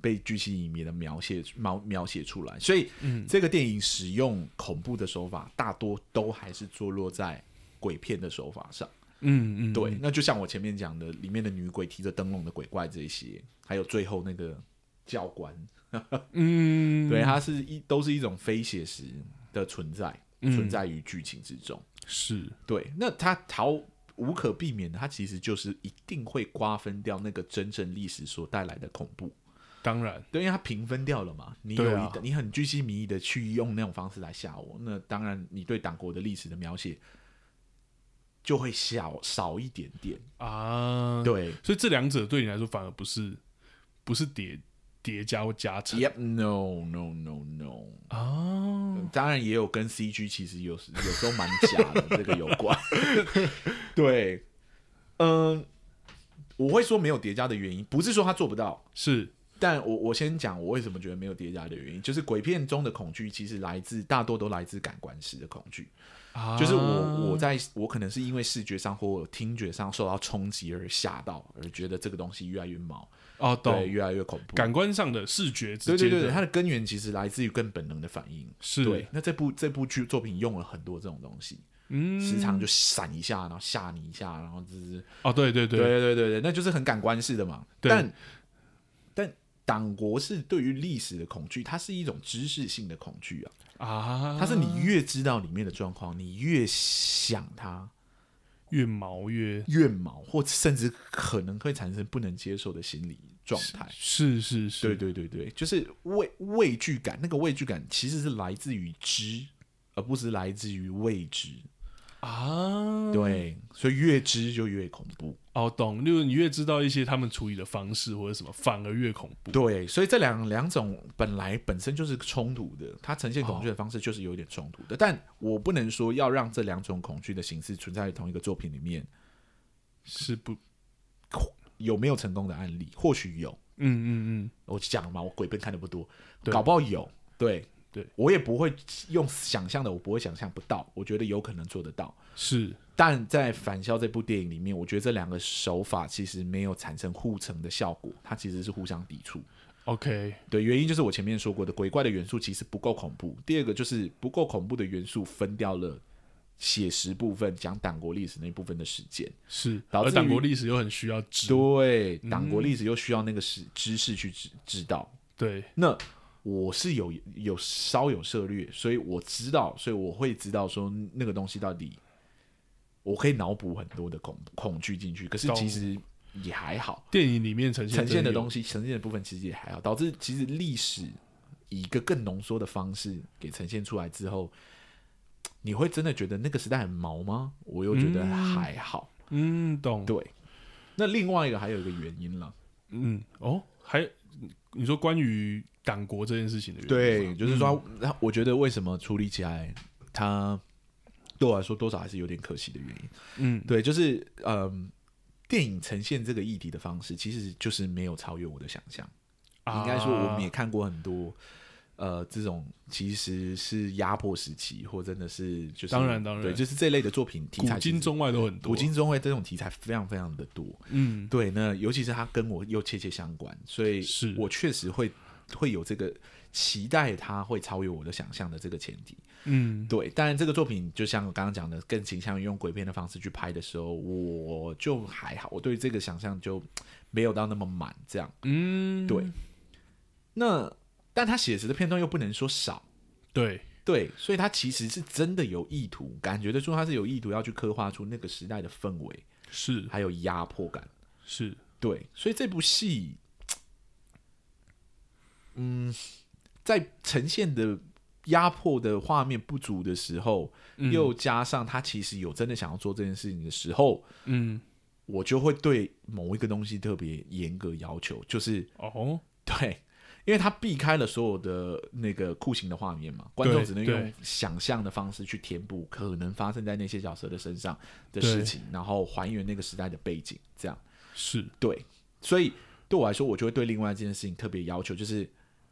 A: 被剧情里面的描写描描写出来。所以，
B: 嗯
A: 这个电影使用恐怖的手法，大多都还是坐落在鬼片的手法上。
B: 嗯嗯，
A: 对，那就像我前面讲的，里面的女鬼提着灯笼的鬼怪这些，还有最后那个教官，
B: 嗯，
A: 对，它是一都是一种非写实的存在，
B: 嗯
A: 存在于剧情之中。
B: 是
A: 对，那它逃无可避免的，它其实就是一定会瓜分掉那个真正历史所带来的恐怖。
B: 当然
A: 对，因为它平分掉了嘛，你有
B: 对
A: 一、
B: 啊
A: 你很居心民意的去用那种方式来吓我，那当然你对党国的历史的描写就会小少一点点。
B: 啊，
A: 对
B: 所以这两者对你来说反而不是不是叠叠加或加成
A: ，Yep，no no no no，
B: 啊，
A: 当然也有跟 CG 其实有时有时候蛮假的这个有
B: [laughs]
A: 关。对，嗯，我会说没有叠加的原因，不是说他做不到，
B: 是
A: 但我我先讲我为什么觉得没有叠加的原因，就是鬼片中的恐惧其实来自大多都来自感官式的恐惧，
B: 啊
A: 就是我我在我可能是因为视觉上或听觉上受到冲击而吓到，而觉得这个东西越来越毛，
B: 哦
A: 对，
B: 懂
A: 越来越恐怖。
B: 感官上的视觉
A: 啊对
B: 直接
A: 对
B: 的，
A: 对，对它的根源其实来自于更本能的反应。
B: 是
A: 对，那这部这部剧作品用了很多这种东西，
B: 嗯
A: 时常就闪一下，然后吓你一下，然后就是
B: 哦对对对
A: 对对对对，那就是很感官式的嘛。
B: 对
A: 但但党国是对于历史的恐惧，它是一种知识性的恐惧啊，
B: 啊，
A: 它是你越知道里面的状况，你越想它
B: 越毛越
A: 越毛，或甚至可能会产生不能接受的心理状态。
B: 是是
A: 对
B: 是，
A: 对对对，就是畏畏惧感，那个畏惧感其实是来自于知，而不是来自于未知。
B: 啊，
A: 对，所以越知就越恐怖。
B: 哦懂，就是你越知道一些他们处理的方式或者什么，反而越恐怖。
A: 对，所以这两两种本来本身就是冲突的，它呈现恐惧的方式就是有点冲突的。但我不能说要让这两种恐惧的形式存在于同一个作品里面，
B: 是不，
A: 有没有成功的案例？或许有，
B: 嗯嗯嗯，
A: 我讲嘛，我鬼片看的不多，
B: 对
A: 搞不好有。对，
B: 对
A: 我也不会用想象的，我不会想象不到，我觉得有可能做得到。
B: 是
A: 但在《返校》这部电影里面，我觉得这两个手法其实没有产生互成的效果，它其实是互相抵触。
B: OK，
A: 对，原因就是我前面说过的，鬼怪的元素其实不够恐怖。第二个就是不够恐怖的元素分掉了写实部分，讲党国历史那部分的时间。
B: 是，
A: 导致
B: 而
A: 于
B: 党国历史又很需要知，
A: 对，党国历史又需要那个知知识去知知道。
B: 对，
A: 那我是有有稍有涉略，所以我知道，所以我会知道说那个东西到底，我可以脑补很多的恐恐惧进去，可是
B: 懂
A: 其实也还好，
B: 电影里面呈现
A: 呈现的
B: 有
A: 东西呈现的部分其实也还好，导致其实历史以一个更浓缩的方式给呈现出来之后。你会真的觉得那个时代很毛吗？我又觉得还好。
B: 嗯，懂，
A: 对，那另外一个还有一个原因了，
B: 嗯，哦，还你说关于党国这件事情的原因
A: 对，
B: 吗
A: 就是嗯说，那我觉得为什么处理起来，它对我来说多少还是有点可惜的原因。
B: 嗯，
A: 对，就是嗯，电影呈现这个议题的方式，其实就是没有超越我的想象。应该说，我们也
B: 啊
A: 看过很多。呃，这种其实是压迫时期，或真的是就是
B: 当然当然
A: 对，就是这类的作品题材
B: 古
A: 其实，
B: 今中外都很多，
A: 古今中外这种题材非常非常的多。
B: 嗯
A: 对，那尤其是它跟我又切切相关，所以
B: 是
A: 我确实会会有这个期待，它会超越我的想象的这个前提。
B: 嗯
A: 对，当然这个作品就像我刚刚讲的，更倾向于用鬼片的方式去拍的时候，我就还好，我对这个想象就没有到那么满这样。
B: 嗯，
A: 对，那但他写实的片段又不能说少。
B: 对
A: 对，所以他其实是真的有意图，感觉得出他是有意图要去刻画出那个时代的氛围，
B: 是
A: 还有压迫感。
B: 是
A: 对，所以这部戏，嗯，在呈现的压迫的画面不足的时候，
B: 嗯
A: 又加上他其实有真的想要做这件事情的时候，
B: 嗯
A: 我就会对某一个东西特别严格要求，就是
B: 哦
A: [laughs] 对。因为他避开了所有的那个酷刑的画面嘛，观众
B: 对
A: 只能
B: 对
A: 用想象的方式去填补可能发生在那些角色的身上的
B: 对
A: 事情，然后还原那个时代的背景，这样。
B: 是
A: 对，所以对我来说，我就会对另外一件事情特别要求，就是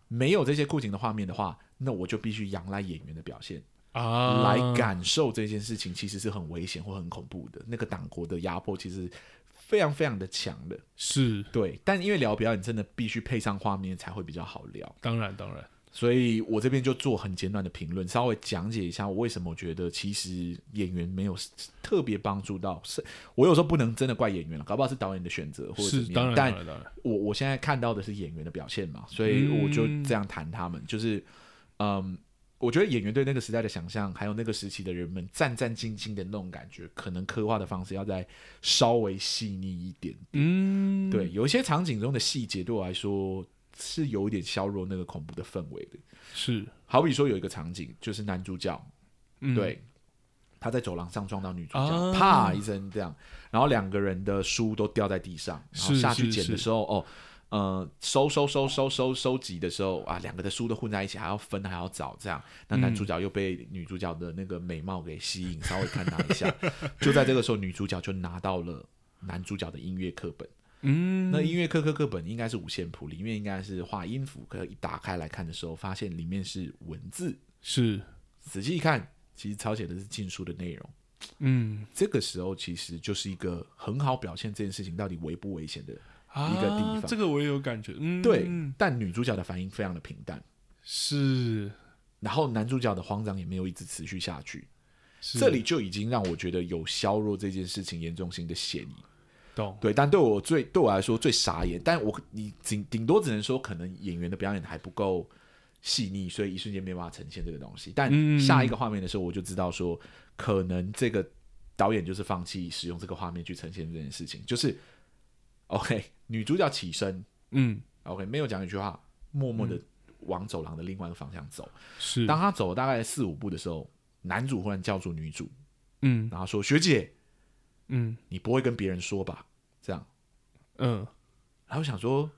A: 没有这些酷刑的画面的话，那我就必须仰赖演员的表现、
B: 啊
A: 来感受这件事情，其实是很危险或很恐怖的。那个党国的压迫其实非常非常的强的，
B: 是
A: 对。但因为聊表演真的必须配上画面才会比较好聊，
B: 当然当然
A: 所以我这边就做很简短的评论，稍微讲解一下我为什么觉得其实演员没有特别帮助到，是我有时候不能真的怪演员了，搞不好是导演的选择或者怎
B: 是
A: 么样，
B: 当然
A: 但
B: 当然当然
A: 我我现在看到的是演员的表现嘛，所以我就
B: 嗯
A: 这样谈他们，就是，嗯，我觉得演员对那个时代的想象，还有那个时期的人们战战兢兢的那种感觉，可能刻画的方式要再稍微细腻一点。
B: 嗯
A: 对，有一些场景中的细节对我来说是有一点削弱那个恐怖的氛围的。
B: 是
A: 好比说有一个场景，就是男主角
B: 嗯
A: 对，他在走廊上撞到女主角，
B: 啊
A: 啪一声这样，然后两个人的书都掉在地上，然后
B: 是
A: 下去
B: 是
A: 捡的
B: 是
A: 时候，哦，呃收收收收收收集的时候啊，两个的书都混在一起，还要分还要找这样。那男主
B: 嗯
A: 角又被女主角的那个美貌给吸引，稍微看她一下。 [laughs] 就在这个时候，女主角就拿到了男主角的音乐课本。
B: 嗯，
A: 那音乐课课课本应该是五线谱，里面应该是画音符。可一打开来看的时候，发现里面是文字。
B: 是，
A: 仔细一看，其实抄写的是禁书的内容。
B: 嗯，
A: 这个时候其实就是一个很好表现这件事情到底危不危险的。
B: 啊
A: 一个地方
B: 这个我也有感觉，嗯，
A: 对，但女主角的反应非常的平淡，
B: 是，
A: 然后男主角的慌张也没有一直持续下去。
B: 是
A: 这里就已经让我觉得有削弱这件事情严重性的嫌疑。
B: 懂，
A: 对，但对我最对我来说最傻眼，但我你顶顶多只能说，可能演员的表演还不够细腻，所以一瞬间没办法呈现这个东西。
B: 嗯
A: 但下一个画面的时候，我就知道说，可能这个导演就是放弃使用这个画面去呈现这件事情，就是 OK，女 [laughs] 主角起身
B: 嗯，
A: ，OK，没有讲一句话，默默的往走廊的另外一个方向走。
B: 是，
A: 当她走了大概四五步的时候，男主忽然叫住女主，
B: 嗯
A: 然后说：“学姐，
B: 嗯
A: 你不会跟别人说吧？”这样。
B: 嗯，
A: 然后想说，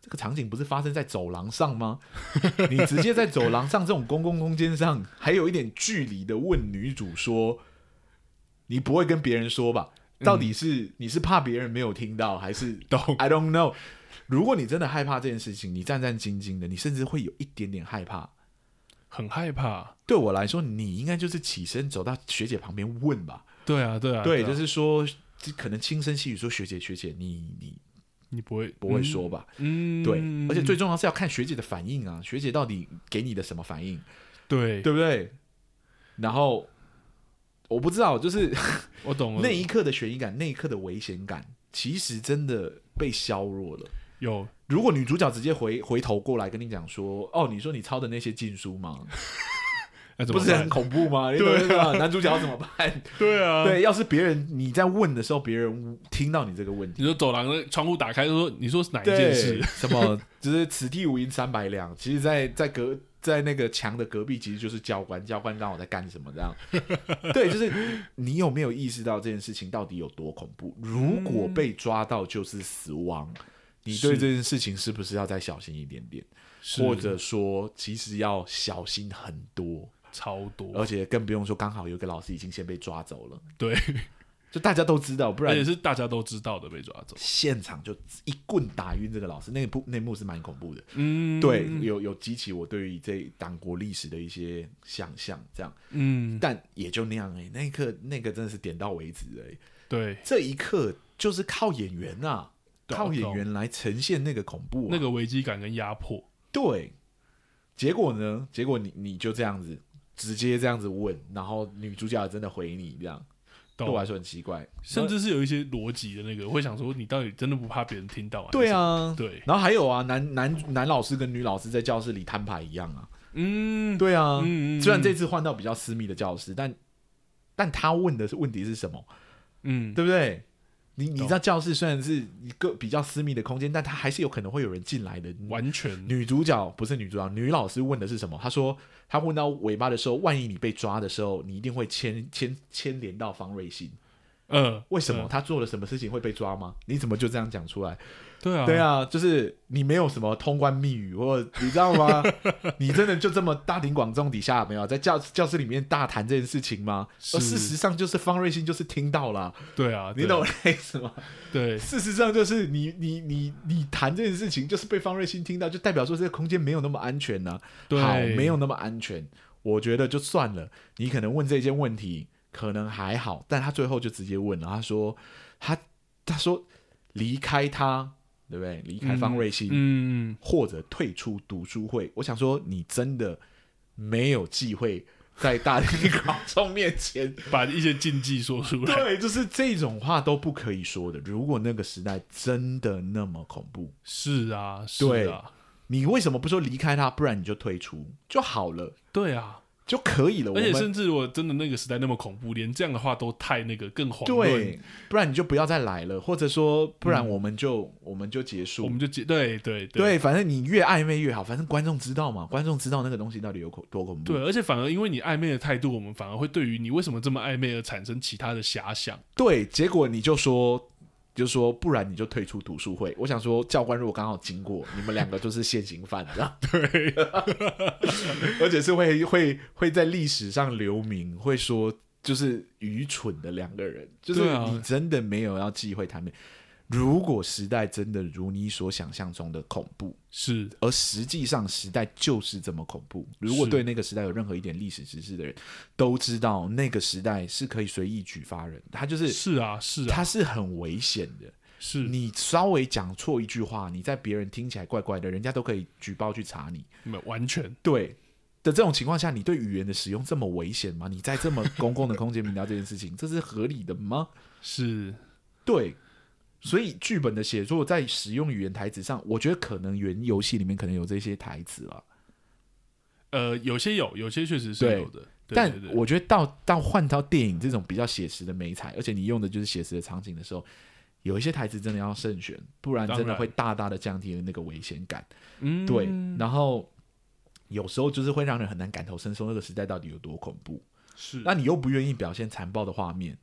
A: 这个场景不是发生在走廊上吗？ [laughs] 你直接在走廊上这种公共空间上，还有一点距离的问女主说，你不会跟别人说吧？
B: 嗯
A: 到底是、你是怕别人没有听到，还是
B: 懂
A: I don't know。如果你真的害怕这件事情，你战战兢兢的，你甚至会有一点点害怕。
B: 很害怕，
A: 对我来说，你应该就是起身走到学姐旁边问吧。
B: 对啊，对啊，
A: 对，
B: 啊
A: 就是说，可能轻声细语说：“学姐，学姐，你你
B: 你不会
A: 不会，说吧？”
B: 嗯，嗯
A: 对，而且最重要是要看学姐的反应啊，学姐到底给你的什么反应，
B: 对，
A: 对不对？然后我不知道，就是
B: 我懂了，
A: 那一刻的悬疑感，那一刻的危险感，其实真的被削弱了。
B: 有
A: 如果女主角直接回回头过来跟你讲说：“哦，你说你抄的那些禁书吗？
B: 那怎
A: 不
B: 么
A: 是
B: 办
A: 很恐怖
B: [laughs]
A: 吗？”对啊，男主角怎么办？
B: 对啊，
A: 对，要是别人你在问的时候，别人听到你这个问题，
B: 你说走廊的窗户打开，说你说是哪一
A: 对，
B: 件事？
A: 什么 [laughs] 就是此地无银三百两，其实在，在隔在那个墙的隔壁，其实就是教官，教官让我在干什么这样。对，就是你有没有意识到这件事情到底有多恐怖？如果被抓到就是死亡，你对
B: 嗯是
A: 这件事情是不是要再小心一点点？
B: 是
A: 或者说，其实要小心很多，
B: 超
A: 而
B: 多，
A: 且更不用说，刚好有一个老师已经先被抓走了，
B: 对，
A: 就大家都知道，不
B: 而
A: 然
B: 且是大家都知道的被抓走，
A: 现场就一棍打晕这个老师。那一部那一幕是蛮恐怖的。
B: 嗯，
A: 对，有有激起我对于这党国历史的一些想象，这样，
B: 嗯，
A: 但也就那样哎、那一刻那个真的是点到为止哎、
B: 对，
A: 这一刻就是靠演员呐、
B: 懂
A: 靠演员来呈现那个恐怖、啊，
B: 那个危机感跟压迫，
A: 对。结果呢？结果你你就这样子直接这样子问，然后女主角真的回你这样，对我
B: 懂哎
A: 来说很奇怪，
B: 甚至是有一些逻辑的那个，我会想说你到底真的不怕别人听到啊？
A: 对，啊。
B: 对，
A: 然后还有啊，男男男老师跟女老师在教室里摊牌一样啊，
B: 嗯，
A: 对啊，
B: 嗯，嗯嗯
A: 虽然这次换到比较私密的教室，但但他问的是问题是什么，
B: 嗯
A: 对不对？你你
B: 懂
A: 知道教室虽然是一个比较私密的空间，但他还是有可能会有人进来的。
B: 完全
A: 女主角不是女主角，女老师问的是什么？她说，她问到尾巴的时候，万一你被抓的时候，你一定会牵牵牵连到方瑞欣。
B: 呃，
A: 为什么？
B: 呃？
A: 她做了什么事情会被抓吗？你怎么就这样讲出来？
B: 对啊，
A: 对，啊，就是你没有什么通关密语，或者你知道
B: [laughs]
A: 吗？你真的就这么大庭广众底下没有在教教室里面大谈这件事情吗？
B: 是
A: 而事实上就是方瑞欣就是听到了，
B: 对啊，
A: 你
B: 对啊
A: 懂我的意思吗？
B: 对，
A: 事实上就是你你你你谈这件事情，就是被方瑞欣听到，就代表说这个空间没有那么安全啊呢、
B: 对
A: 好，没有那么安全，我觉得就算了。你可能问这件问题，可能还好，但他最后就直接问了，他说他他说离开他，对不对？离开方瑞欣，
B: 嗯，
A: 或者退出读书会。我想说，你真的没有忌讳在大庭广众面
B: [laughs]
A: 前
B: 嗯把一些禁忌说出来，
A: 对，就是这种话都不可以说的。如果那个时代真的那么恐怖，
B: 是啊，是
A: 对
B: 啊，
A: 你为什么不说离开他，不然你就退出就好了，
B: 对啊，
A: 就可以了。
B: 而且
A: 我们
B: 甚至我真的那个时代那么恐怖，连这样的话都太那个更遑论，
A: 对，不然你就不要再来了，或者说，不然我们就、我们就结
B: 嗯我
A: 束
B: 们。就解对对
A: 对，反正你越暧昧越好，反正观众知道嘛，观众知道那个东西到底有恐多恐怖。
B: 对，而且反而因为你暧昧的态度，我们反而会对于你为什么这么暧昧而产生其他的遐想。
A: 对，结果你就说就说不然你就退出读书会。我想说，教官如果刚好经过，你们两个就是现行犯，你知道？对， [laughs] 而且是会会会在历史上留名，会说就是愚蠢的两个人，就是
B: 对啊
A: 你真的没有要忌讳他们。如果时代真的如你所想象中的恐怖，
B: 是
A: 而实际上时代就是这么恐怖。如果
B: 是
A: 对那个时代有任何一点历史知识的人，都知道那个时代是可以随意举发人，他就是
B: 是啊是啊
A: 他是很危险的。
B: 是，
A: 你稍微讲错一句话，你在别人听起来怪怪的，人家都可以举报去查你。
B: 没有完全
A: 对的这种情况下，你对语言的使用这么危险吗？你在这么公共的空间明聊这件事情，这是合理的吗？
B: 是
A: 对，所以剧本的写作在使用语言台词上，我觉得可能原游戏里面可能有这些台词啊了。
B: 呃有些有，有些确实是
A: 对
B: 有的，对
A: 但
B: 对对
A: 我觉得到到换到电影这种比较写实的美彩，而且你用的就是写实的场景的时候，有一些台词真的要慎选，不然真
B: 当
A: 的
B: 然
A: 会大大的降低了那个危险感。
B: 嗯
A: 对，然后有时候就是会让人很难感同身受，那个时代到底有多恐怖。
B: 是
A: 那你又不愿意表现残暴的画面，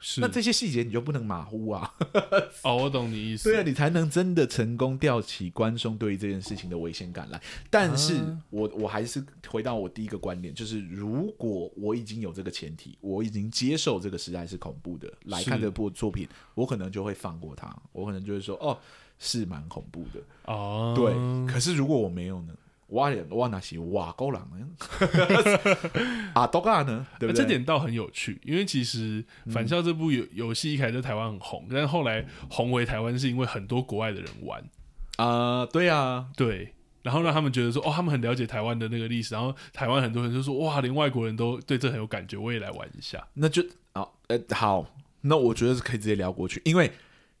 B: 是
A: 那这些细节你就不能马虎啊。
B: [laughs] 哦我懂你意思，
A: 对啊，你才能真的成功吊起观众对于这件事情的危险感来。但是
B: 啊
A: 我我还是回到我第一个观点，就是如果我已经有这个前提，我已经接受这个时代是恐怖的，来看
B: 是
A: 这部作品，我可能就会放过它，我可能就会说哦，是蛮恐怖的。
B: 哦
A: 对，可是如果我没有呢？哇哇那些哇够狼呢？ [laughs] 啊多嘎呢？对
B: 那
A: 不对？嗯
B: 这点倒很有趣，因为其实《返校》这部游游戏一开始在台湾很红，但是后来红回台湾是因为很多国外的人玩，
A: 啊、对啊，
B: 对，然后让他们觉得说，哦，他们很了解台湾的那个历史，然后台湾很多人就说，哇，连外国人都对这很有感觉，我也来玩一下。
A: 那就好，呃，好，那我觉得是可以直接聊过去，因为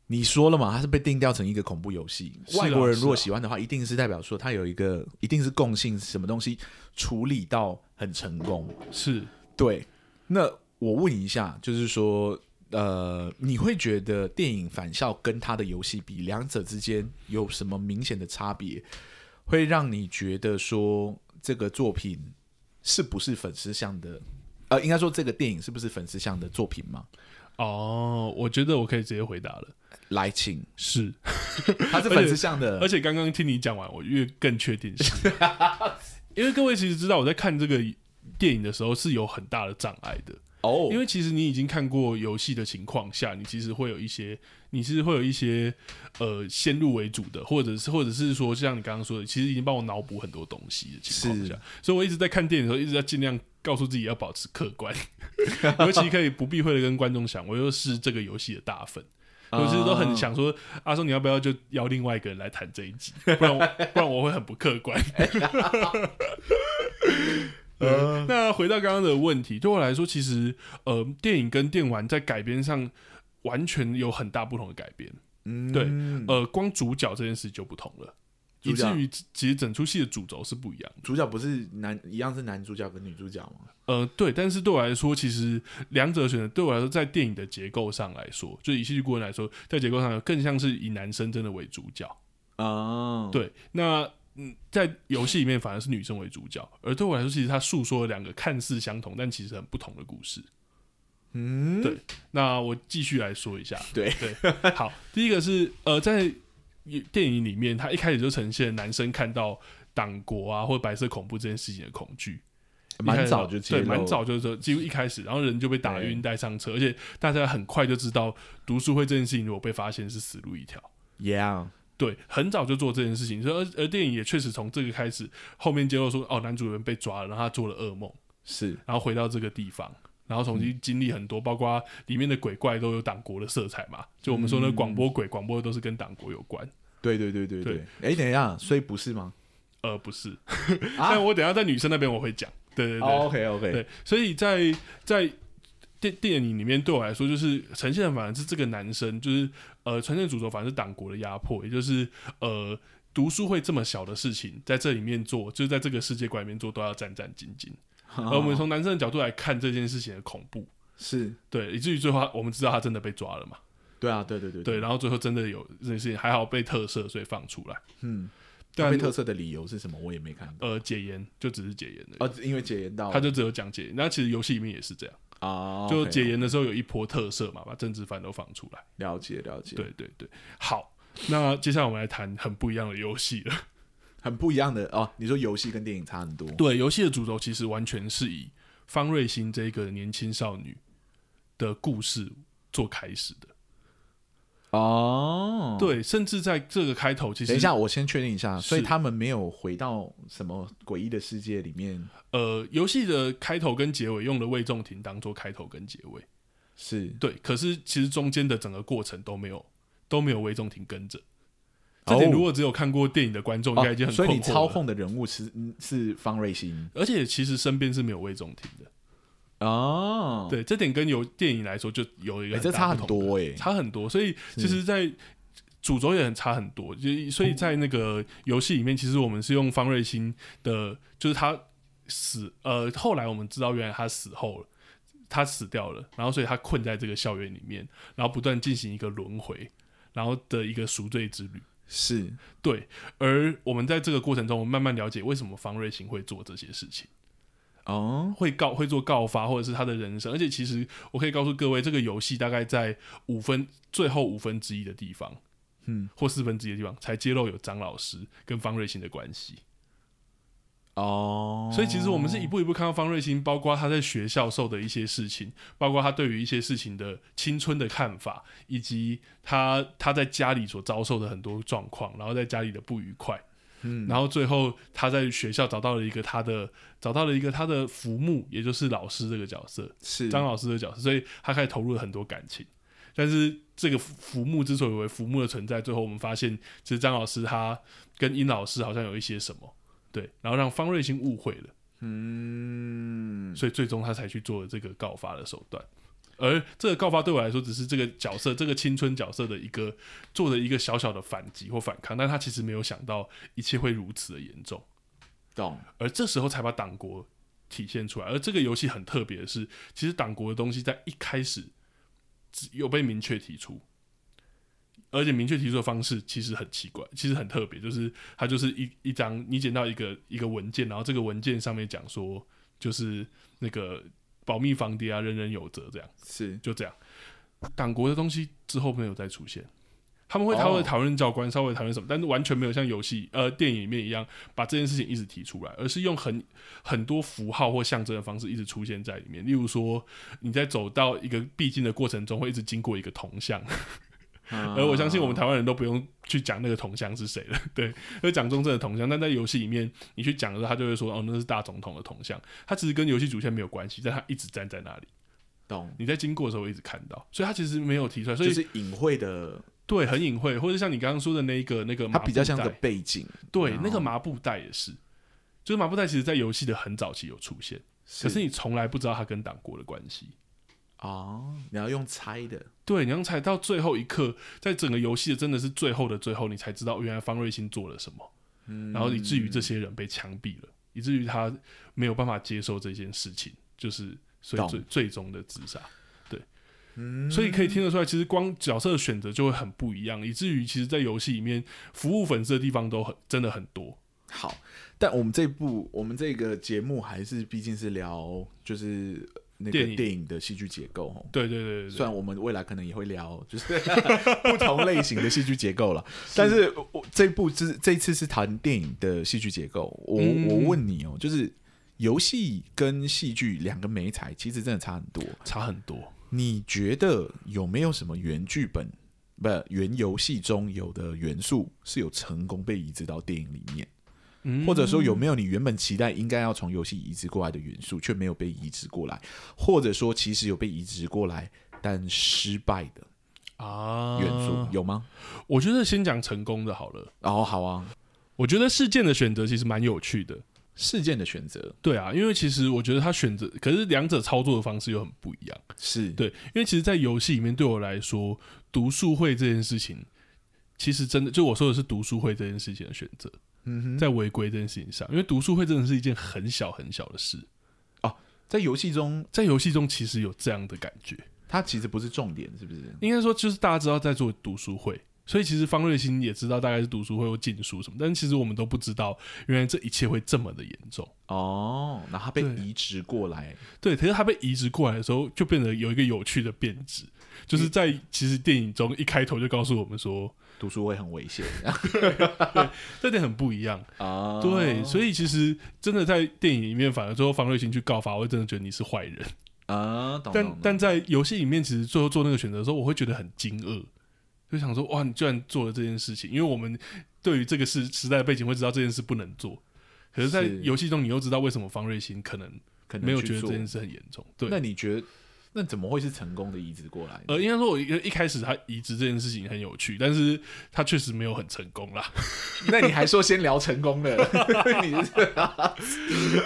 A: 你说了嘛，它是被定调成一个恐怖游戏。
B: 是啊
A: 外国人如果
B: 是啊
A: 喜欢的话，一定是代表说它有一个，一定是共性什么东西处理到很成功。
B: 是，
A: 对，那我问一下，就是说，呃，你会觉得电影《返校》跟它的游戏比，两者之间有什么明显的差别，会让你觉得说这个作品是不是粉丝向的？呃，应该说这个电影是不是粉丝向的作品吗？
B: 哦，我觉得我可以直接回答了，
A: 来，请，
B: 是。
A: 它是粉丝向的
B: [laughs] 而，且刚刚听你讲完，我越更确定 [laughs] 是，因为各位其实知道我在看这个电影的时候是有很大的障碍的。
A: 哦，
B: 因为其实你已经看过游戏的情况下，你其实会有一些，你其实会有一些呃先入为主的，或者是或者是说像你刚刚说的，其实已经帮我脑补很多东西的情况下
A: 是，
B: 所以我一直在看电影的时候，一直在尽量告诉自己要保持客观， [laughs] 尤其可以不避讳的跟观众讲，我又是这个游戏的大粉。
A: 啊
B: 我其实都很想说，阿松，你要不要就邀另外一个人来谈这一集？不然我不然我会很不客观。 [laughs] 对，
A: 嗯
B: 那回到刚刚的问题，对我来说，其实呃，电影跟电玩在改编上完全有很大不同的改编。
A: 嗯
B: 对呃，光主角这件事就不同了，
A: 主
B: 以至
A: 角
B: 于其实整出戏的主轴是不一样的。
A: 主角不是男，一样是男主角跟女主角吗？
B: 呃，对，但是对我来说，其实两者选择对我来说，在电影的结构上来说，就以戏剧顾问来说，在结构上更像是以男生真的为主角。
A: 哦，，
B: 对，那嗯，在游戏里面反而是女生为主角，而对我来说，其实它诉说了两个看似相同但其实很不同的故事。
A: 嗯，
B: 对那我继续来说一下，
A: 对
B: 对，好，第一个是呃，在电影里面，它一开始就呈现男生看到党国啊或白色恐怖这件事情的恐惧，一开
A: 蛮
B: 始
A: 早就揭
B: 对，
A: 露
B: 蛮早就是说几乎一开始，然后人就被打
A: 对
B: 晕带上车，而且大家很快就知道读书会这件事情如果被发现是死路一条。
A: ，Yeah，
B: 对，很早就做这件事情，所以而而电影也确实从这个开始，后面揭露说哦，男主人被抓了，然后他做了噩梦，
A: 是
B: 然后回到这个地方，然后重新经历很多，包括里面的鬼怪都有党国的色彩嘛，就我们说那广播鬼，广播都是跟党国有关，
A: 对对对对对。哎、等一下，所以不是吗？
B: 呃，不是，
A: 啊
B: [laughs] 但我等一下在女生那边我会讲，对对对，
A: 哦、OK OK，
B: 对，所以在在电电影里面，对我来说，就是呈现的反而是这个男生，就是呃，呈现主轴反而是党国的压迫，也就是呃，读书会这么小的事情，在这里面做，就是在这个世界观里面做，都要战战兢兢。
A: [laughs] 哦
B: 呃而我们从男生的角度来看这件事情的恐怖，
A: 是，
B: 对，以至于最后他我们知道他真的被抓了嘛，
A: 对啊，对对对
B: 对，，然后最后真的有这件事情，还好被特赦，所以放出来，
A: 嗯，
B: 但
A: 被特色的理由是什么？我也没看到。
B: 呃解严就只是解严的，
A: 哦，因为解严到
B: 他就只有讲解严，那其实游戏里面也是这样。
A: 啊，
B: 就
A: OK，
B: 解严的时候有一波特色嘛，把政治犯都放出来。
A: 了解了解，
B: 对对对，好，那接下来我们来谈很不一样的游戏了。 [laughs]
A: 很不一样的哦。你说游戏跟电影差很多，
B: 对，游戏的主轴其实完全是以方瑞欣这个年轻少女的故事做开始的。
A: 哦，
B: 对，甚至在这个开头，其实
A: 等一下，我先确定一下，
B: 是
A: 所以他们没有回到什么诡异的世界里面，
B: 呃，游戏的开头跟结尾用了魏仲廷当做开头跟结尾，
A: 是
B: 对。可是其实中间的整个过程都没有都没有魏仲廷跟着。
A: 哦
B: 这点如果只有看过电影的观众，应该已经
A: 哦
B: 很
A: 所
B: 困惑
A: 以
B: 了、
A: 你操控的人物是嗯是方瑞欣
B: 而且其实身边是没有魏仲廷的。
A: 哦，
B: 对，这点跟有电影来说就有一个
A: 哎，这
B: 大
A: 差
B: 不
A: 很
B: 同的
A: 多哎，
B: 差很多，所以其实，在主轴也很差很多。就所以在那个游戏里面，其实我们是用方瑞欣的，就是他死，呃，后来我们知道原来他死后了，他死掉了，然后所以他困在这个校园里面，然后不断进行一个轮回，然后的一个赎罪之旅。
A: 是
B: 对，而我们在这个过程中，我们慢慢了解为什么方瑞欣会做这些事情。
A: 哦，
B: 会告会做告发，或者是他的人生。而且其实我可以告诉各位，这个游戏大概在五分最后五分之一的地方，
A: 嗯，
B: 或四分之一的地方才揭露有张老师跟方瑞欣的关系。
A: 哦，
B: 所以其实我们是一步一步看到方瑞欣，包括他在学校受的一些事情，包括他对于一些事情的青春的看法，以及他他在家里所遭受的很多状况，然后在家里的不愉快。
A: 嗯
B: 然后最后他在学校找到了一个他的找到了一个他的服木，也就是老师这个角色。
A: 是
B: 张老师的角色，所以他开始投入了很多感情。但是这个浮木之所以为浮木的存在，最后我们发现，其实张老师他跟殷老师好像有一些什么，对，然后让方瑞欣误会了，
A: 嗯，
B: 所以最终他才去做了这个告发的手段。而这个告发对我来说，只是这个角色，这个青春角色的一个做的一个小小的反击或反抗，但他其实没有想到一切会如此的严重。
A: 懂
B: 而这时候才把党国体现出来。而这个游戏很特别的是，其实党国的东西在一开始只有被明确提出，而且明确提出的方式其实很奇怪，其实很特别，就是它就是一一张你捡到一个一个文件，然后这个文件上面讲说就是那个保密防谍啊，人人有责这样。
A: 是
B: 就这样。党国的东西之后没有再出现，他们会
A: 哦
B: 稍微讨论教官，稍微讨论什么，但是完全没有像游戏呃电影里面一样把这件事情一直提出来，而是用很很多符号或象征的方式一直出现在里面。例如说，你在走到一个必经的过程中，会一直经过一个铜像，
A: 啊
B: 而我相信我们台湾人都不用去讲那个铜像是谁了， [laughs] 对，就讲中正的铜像。但在游戏里面，你去讲的时候，他就会说哦，那是大总统的铜像，他其实跟游戏主线没有关系，但他一直站在那里。
A: 懂，
B: 你在经过的时候会一直看到，所以他其实没有提出来，所以、
A: 就是隐晦的，
B: 对很隐晦，或者像你刚刚说的那一个那个
A: 它
B: 麻
A: 比较像
B: 布
A: 个嗯
B: 袋
A: 背景，
B: 对
A: 然后
B: 那个麻布袋也是，就是麻布袋其实在游戏的很早期有出现，可是你从来不知道它跟党国的关系。
A: 哦，你要用猜的，
B: 对，你要才到最后一刻，在整个游戏的真的是最后的最后，你才知道原来方瑞欣做了什么，
A: 嗯
B: 然后以至于这些人被枪毙了，以至于他没有办法接受这件事情，就是所以
A: 懂嗯
B: 最最终的自杀。对，所以可以听得出来，其实光角色的选择就会很不一样，以至于其实，在游戏里面服务粉丝的地方都很真的很多。
A: 好，但我们这部我们这个节目还是毕竟是聊就是那
B: 电
A: 个
B: 影
A: 电影的戏剧结构哦。
B: 对对对对
A: 虽
B: 对，
A: 然我们未来可能也会聊，就是 [laughs] 不同类型的戏剧结构了，但是我这部是这一次是谈电影的戏剧结构。我、
B: 嗯
A: 我问你哦，就是游戏跟戏剧两个媒材其实真的差很多。
B: 差很多。
A: 你觉得有没有什么原剧本不原游戏中有的元素是有成功被移植到电影里面？
B: 嗯
A: 或者说有没有你原本期待应该要从游戏移植过来的元素，却没有被移植过来，或者说其实有被移植过来但失败的
B: 啊
A: 元素、有吗？
B: 我觉得先讲成功的好了。
A: 哦，好啊，
B: 我觉得事件的选择其实蛮有趣的，
A: 事件的选择
B: 对啊，因为其实我觉得他选择，可是两者操作的方式又很不一样。
A: 是
B: 对，因为其实，在游戏里面，对我来说，读书会这件事情，其实真的就我说的是读书会这件事情的选择，
A: 嗯哼，
B: 在违规这件事情上，因为读书会真的是一件很小很小的事，
A: 在游戏中
B: 在游戏中其实有这样的感觉，
A: 它其实不是重点，是不是？
B: 应该说就是大家知道在做读书会，所以其实方瑞欣也知道大概是读书会或禁书什么，但其实我们都不知道，原来这一切会这么的严重。
A: 哦，然后他被
B: 对
A: 移植过来，
B: 对，可是他被移植过来的时候，就变得有一个有趣的变质，
A: 嗯
B: 就是在其实电影中一开头就告诉我们说，
A: 读书会很危险
B: 这点很不一样。
A: 啊。
B: 对，所以其实真的在电影里面，反而最后方瑞欣去告发，我会真的觉得你是坏人。
A: 啊，懂
B: 但
A: 懂懂。
B: 但在游戏里面，其实最后做那个选择的时候，我会觉得很惊愕，就想说哇，你居然做了这件事情，因为我们对于这个时时代的背景会知道这件事不能做，可是，在
A: 是
B: 游戏中你又知道为什么方瑞欣可能
A: 可能
B: 没有
A: 去
B: 觉得这
A: 做
B: 件事很严重，对。
A: 那你觉得那怎么会是成功的移植过来呢？
B: 呃，应该说，我一一开始他移植这件事情很有趣，但是他确实没有很成功啦。
A: 那你还说先聊成功
B: [laughs]
A: 的，你是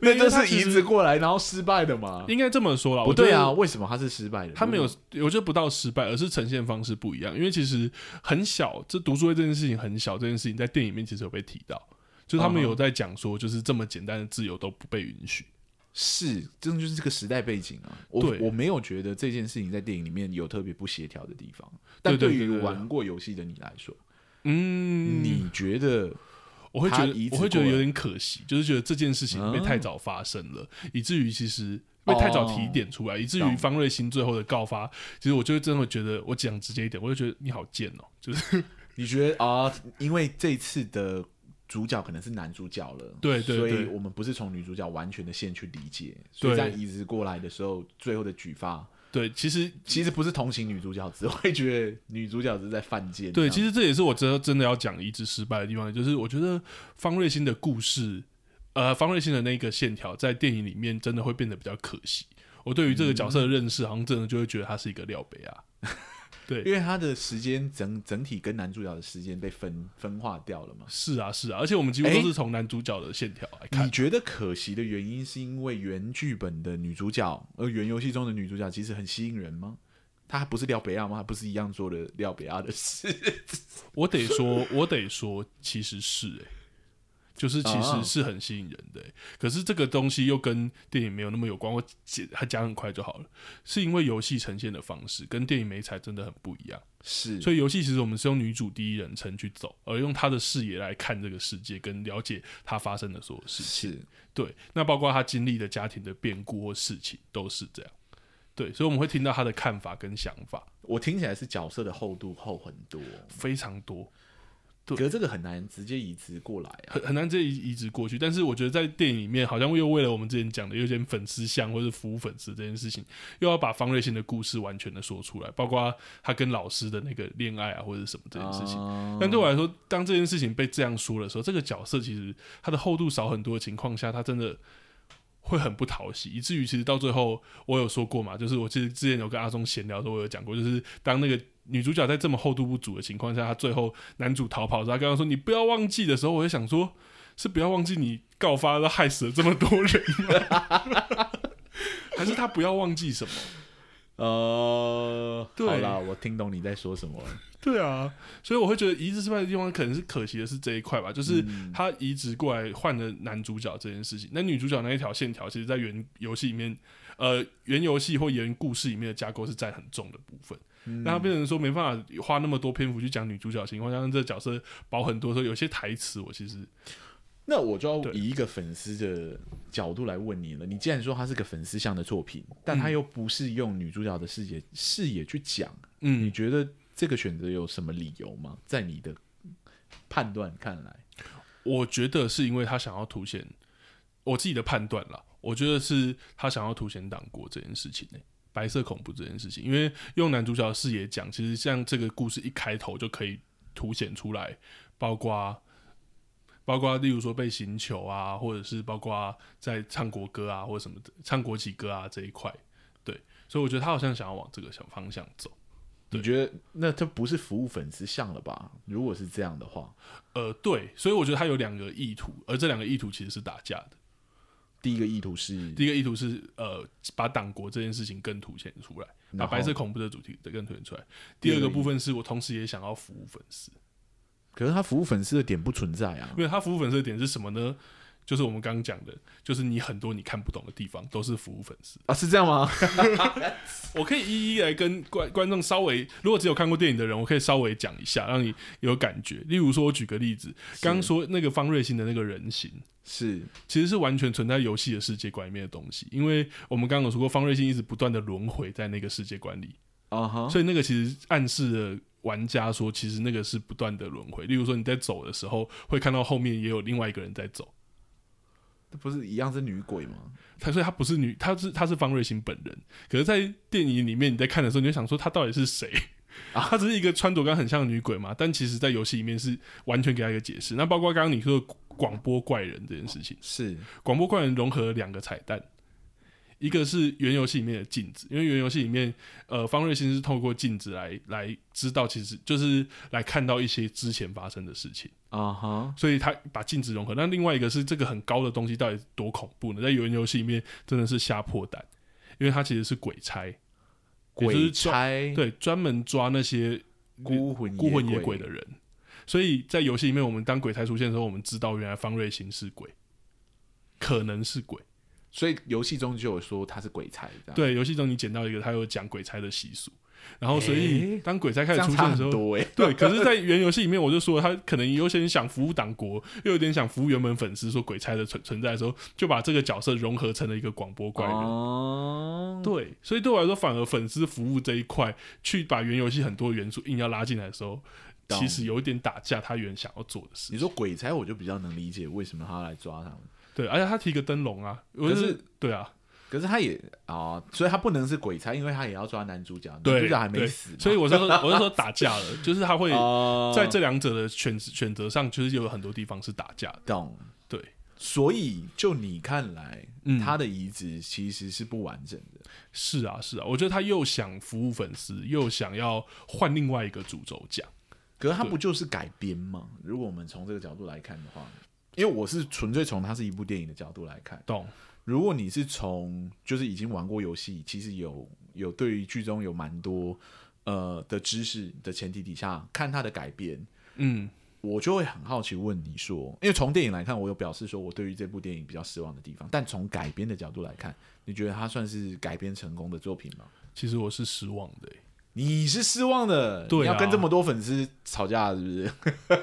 A: 那
B: 因为
A: 就
B: 他
A: 是
B: 其
A: 移
B: 实
A: 植过来然后失败的嘛？
B: 应该这么说
A: 嗯
B: 啦，
A: 不
B: 我觉得
A: 对啊，为什么他是失败的？
B: 他没有
A: 如果，
B: 我觉得不到失败，而是呈现方式不一样。因为其实很小，这读书会这件事情很小，这件事情在电影里面其实有被提到，就是他们
A: 嗯哼
B: 有在讲说，就是这么简单的自由都不被允许。
A: 是，真的就是这个时代背景啊。我
B: 对
A: 我没有觉得这件事情在电影里面有特别不协调的地方，但
B: 对对对
A: 于
B: 对对
A: 玩过游戏的你来说，
B: 嗯，
A: 你觉得
B: 我会觉
A: 他移
B: 得
A: 植
B: 我会觉得
A: 过来
B: 有点可惜，就是觉得这件事情被
A: 嗯
B: 太早发生了，以至于其实。被太早提点出来，以至于
A: 哦懂
B: 方瑞欣最后的告发，其实我就真的觉得，我讲直接一点，我就觉得你好贱哦、 [laughs] 就是
A: 你觉得啊、因为这次的主角可能是男主角了，
B: 对对
A: 所以
B: 对
A: 我们不是从女主角完全的线去理解，所以
B: 对
A: 在移植过来的时候，最后的举发
B: 对，其实
A: 其实不是同情女主角，只会觉得女主角只是在犯贱。
B: 对，
A: 实
B: 其实这也是我真的真的要讲移植失败的地方，就是我觉得方瑞欣的故事，呃，方瑞欣的那个线条在电影里面真的会变得比较可惜。我对于这个角色的认识，好像真的就会觉得他是一个廖北
A: [laughs]
B: 啊。
A: 因为她的时间整整体跟男主角的时间被分分化掉了嘛。
B: 是啊，是啊，而且我们几乎
A: 诶
B: 都是从男主角的线条来看。
A: 你觉得可惜的原因是因为原剧本的女主角，而原游戏中的女主角其实很吸引人吗？她不是廖北亚吗？她不是一样做了廖北亚的事？
B: 我得说，我得说，其实是诶、就是其
A: 啊
B: 实是很吸引人的、欸。可是这个东西又跟电影没有那么有关，我解讲很快就好了，是因为游戏呈现的方式跟电影美彩真的很不一样。
A: 是，
B: 所以游戏其实我 [laughs] 们是用女主第一人称去走，而用她的视野来看这个世界，跟了解她发生的所有事情。
A: 是
B: 对，那包括她经历的家庭的变故或事情，都是这样。对，所以我们会听到她的看法跟想法
A: 我听起来是角色的厚度厚很多，
B: 非常多，对
A: 可是这个很难直接移植过来啊。
B: 很很难这移移植过去。但是我觉得在电影里面，好像又为了我们之前讲的有点粉丝像或者服务粉丝这件事情，又要把方瑞欣的故事完全的说出来，包括她跟老师的那个恋爱啊或者什么这件事情。
A: 啊
B: 但对我来说，当这件事情被这样说的时候，这个角色其实他的厚度少很多的情况下，他真的会很不讨喜，以至于其实到最后，我有说过嘛，就是我其实之前有跟阿忠闲聊的时候，我有讲过，就是当那个女主角在这么厚度不足的情况下，她最后男主逃跑的时候，她刚刚说你不要忘记的时候，我就想说，是不要忘记你告发了害死了这么多人吗 [laughs] 还是他不要忘记什么？
A: 呃，
B: 对
A: 好啦，我听懂你在说什么了。 [laughs]
B: [laughs] 对啊，所以我会觉得移植失败的地方可能是可惜的是这一块吧，就是他移植过来换了男主角这件事情，那女主角那一条线条，其实在原游戏里面，呃，原游戏或原故事里面的架构是占很重的部分。那他变成说没办法花那么多篇幅去讲女主角的情况下，让这个角色薄很多的时候，有些台词我其实
A: 那我就要
B: 对
A: 以一个粉丝的角度来问你了。你既然说它是个粉丝向的作品，但它又不是用女主角的视野视野去讲，
B: 嗯
A: 你觉得这个选择有什么理由吗？在你的判断看来，
B: 我觉得是因为他想要凸显我自己的判断啦，我觉得是他想要凸显党国这件事情呢、白色恐怖这件事情，因为用男主角的视野讲，其实像这个故事一开头就可以凸显出来，包括包括例如说被刑求啊，或者是包括在唱国歌啊，或者什么的唱国旗歌啊这一块，对，所以我觉得他好像想要往这个小方向走。
A: 你觉得那它不是服务粉丝向了吧？如果是这样的话，
B: 呃，对，所以我觉得他有两个意图，而这两个意图其实是打架的。
A: 第一个意图是
B: 第一个意图是呃，把党国这件事情更凸显出来，把
A: 然后
B: 白色恐怖的主题更凸显出来。
A: 第
B: 第
A: 二
B: 二
A: 个
B: 个
A: 意
B: 部分是我同时也想要服务粉丝，
A: 可是他服务粉丝的点不存在啊
B: 因。为他服务粉丝的点是什么呢？就是我们刚刚讲的，就是你很多你看不懂的地方都是服务粉丝。
A: 啊，是这样吗？
B: 我可以一一来跟观观众稍微，如果只有看过电影的人，我可以稍微讲一下，让你有感觉。例如说，我举个例子， [laughs] 刚刚说那个方瑞欣的那个人形，
A: 是
B: 其实是完全存在游戏的世界观里面的东西，因为我们刚刚有说过，方瑞欣一直不断的轮回在那个世界观里，
A: 啊哈，
B: 所以那个其实暗示了玩家说，其实那个是不断的轮回。例如说，你在走的时候，会看到后面也有另外一个人在走，
A: 这不是一样是女鬼吗？
B: 他所以他不是女，他是他是方瑞欣本人。可是，在电影里面你在看的时候，你就想说他到底是谁？
A: 啊
B: 他只是一个穿着跟很像的女鬼嘛，但其实，在游戏里面是完全给他一个解释。那包括刚刚你说的广播怪人这件事情，
A: 是
B: 广播怪人融合了两个彩蛋，一个是原游戏里面的镜子，因为原游戏里面，呃，方瑞欣是透过镜子来来知道，其实就是来看到一些之前发生的事情，
A: 啊哈，
B: 所以他把镜子融合。那另外一个是这个很高的东西到底多恐怖呢？在原游戏里面真的是吓破胆，因为它其实是鬼差，
A: 鬼差
B: 对，专门抓那些
A: 孤魂
B: 孤魂野鬼的人。所以在游戏里面，我们当鬼才出现的时候，我们知道原来方瑞欣是鬼，可能是鬼。
A: 所以游戏中就有说他是鬼差，这样，
B: 对，游戏中你捡到一个，他有讲鬼差的习俗，然后所以
A: 诶
B: 当鬼差开
A: 这样
B: 始出
A: 差
B: 现
A: 很
B: 的时候，
A: 多哎、欸，
B: 对，可是，在原游戏里面，我就说他可能有些想服务党国，又有点想服务原本粉丝，说鬼差的存存在的时候，就把这个角色融合成了一个广播怪人。
A: 哦，
B: 对，所以对我来说，反而粉丝服务这一块，去把原游戏很多元素硬要拉进来的时候，
A: 懂
B: 其实有一点打架他原想要做的事。
A: 你说鬼差，我就比较能理解为什么他要来抓他们。
B: 对，而且他提个灯笼啊，我就
A: 可
B: 是
A: 是
B: 对啊，
A: 可是他也啊、所以他不能是鬼差，因为他也要抓男主角，
B: 对，
A: 男主角还没
B: 对
A: 死嘛，
B: 所以我是说，我是说打架了，就是他会
A: 哦
B: 在这两者的选选择上，就是有很多地方是打架的。
A: 懂。
B: 对，
A: 所以就你看来，
B: 嗯
A: 他的移植其实是不完整的。
B: 是啊，是啊，我觉得他又想服务粉丝，又想要换另外一个主轴讲。
A: 可是他不就是改编吗？如果我们从这个角度来看的话，因为我是纯粹从它是一部电影的角度来看。
B: 懂？
A: 如果你是从就是已经玩过游戏，其实有有对于剧中有蛮多呃的知识的前提底下看它的改编，
B: 嗯，
A: 我就会很好奇问你说，因为从电影来看，我有表示说我对于这部电影比较失望的地方，但从改编的角度来看，你觉得它算是改编成功的作品吗？
B: 其实我是失望的欸、
A: 你是失望的，
B: 对
A: 你
B: 啊
A: 要跟这么多粉丝吵架是不是？ [laughs]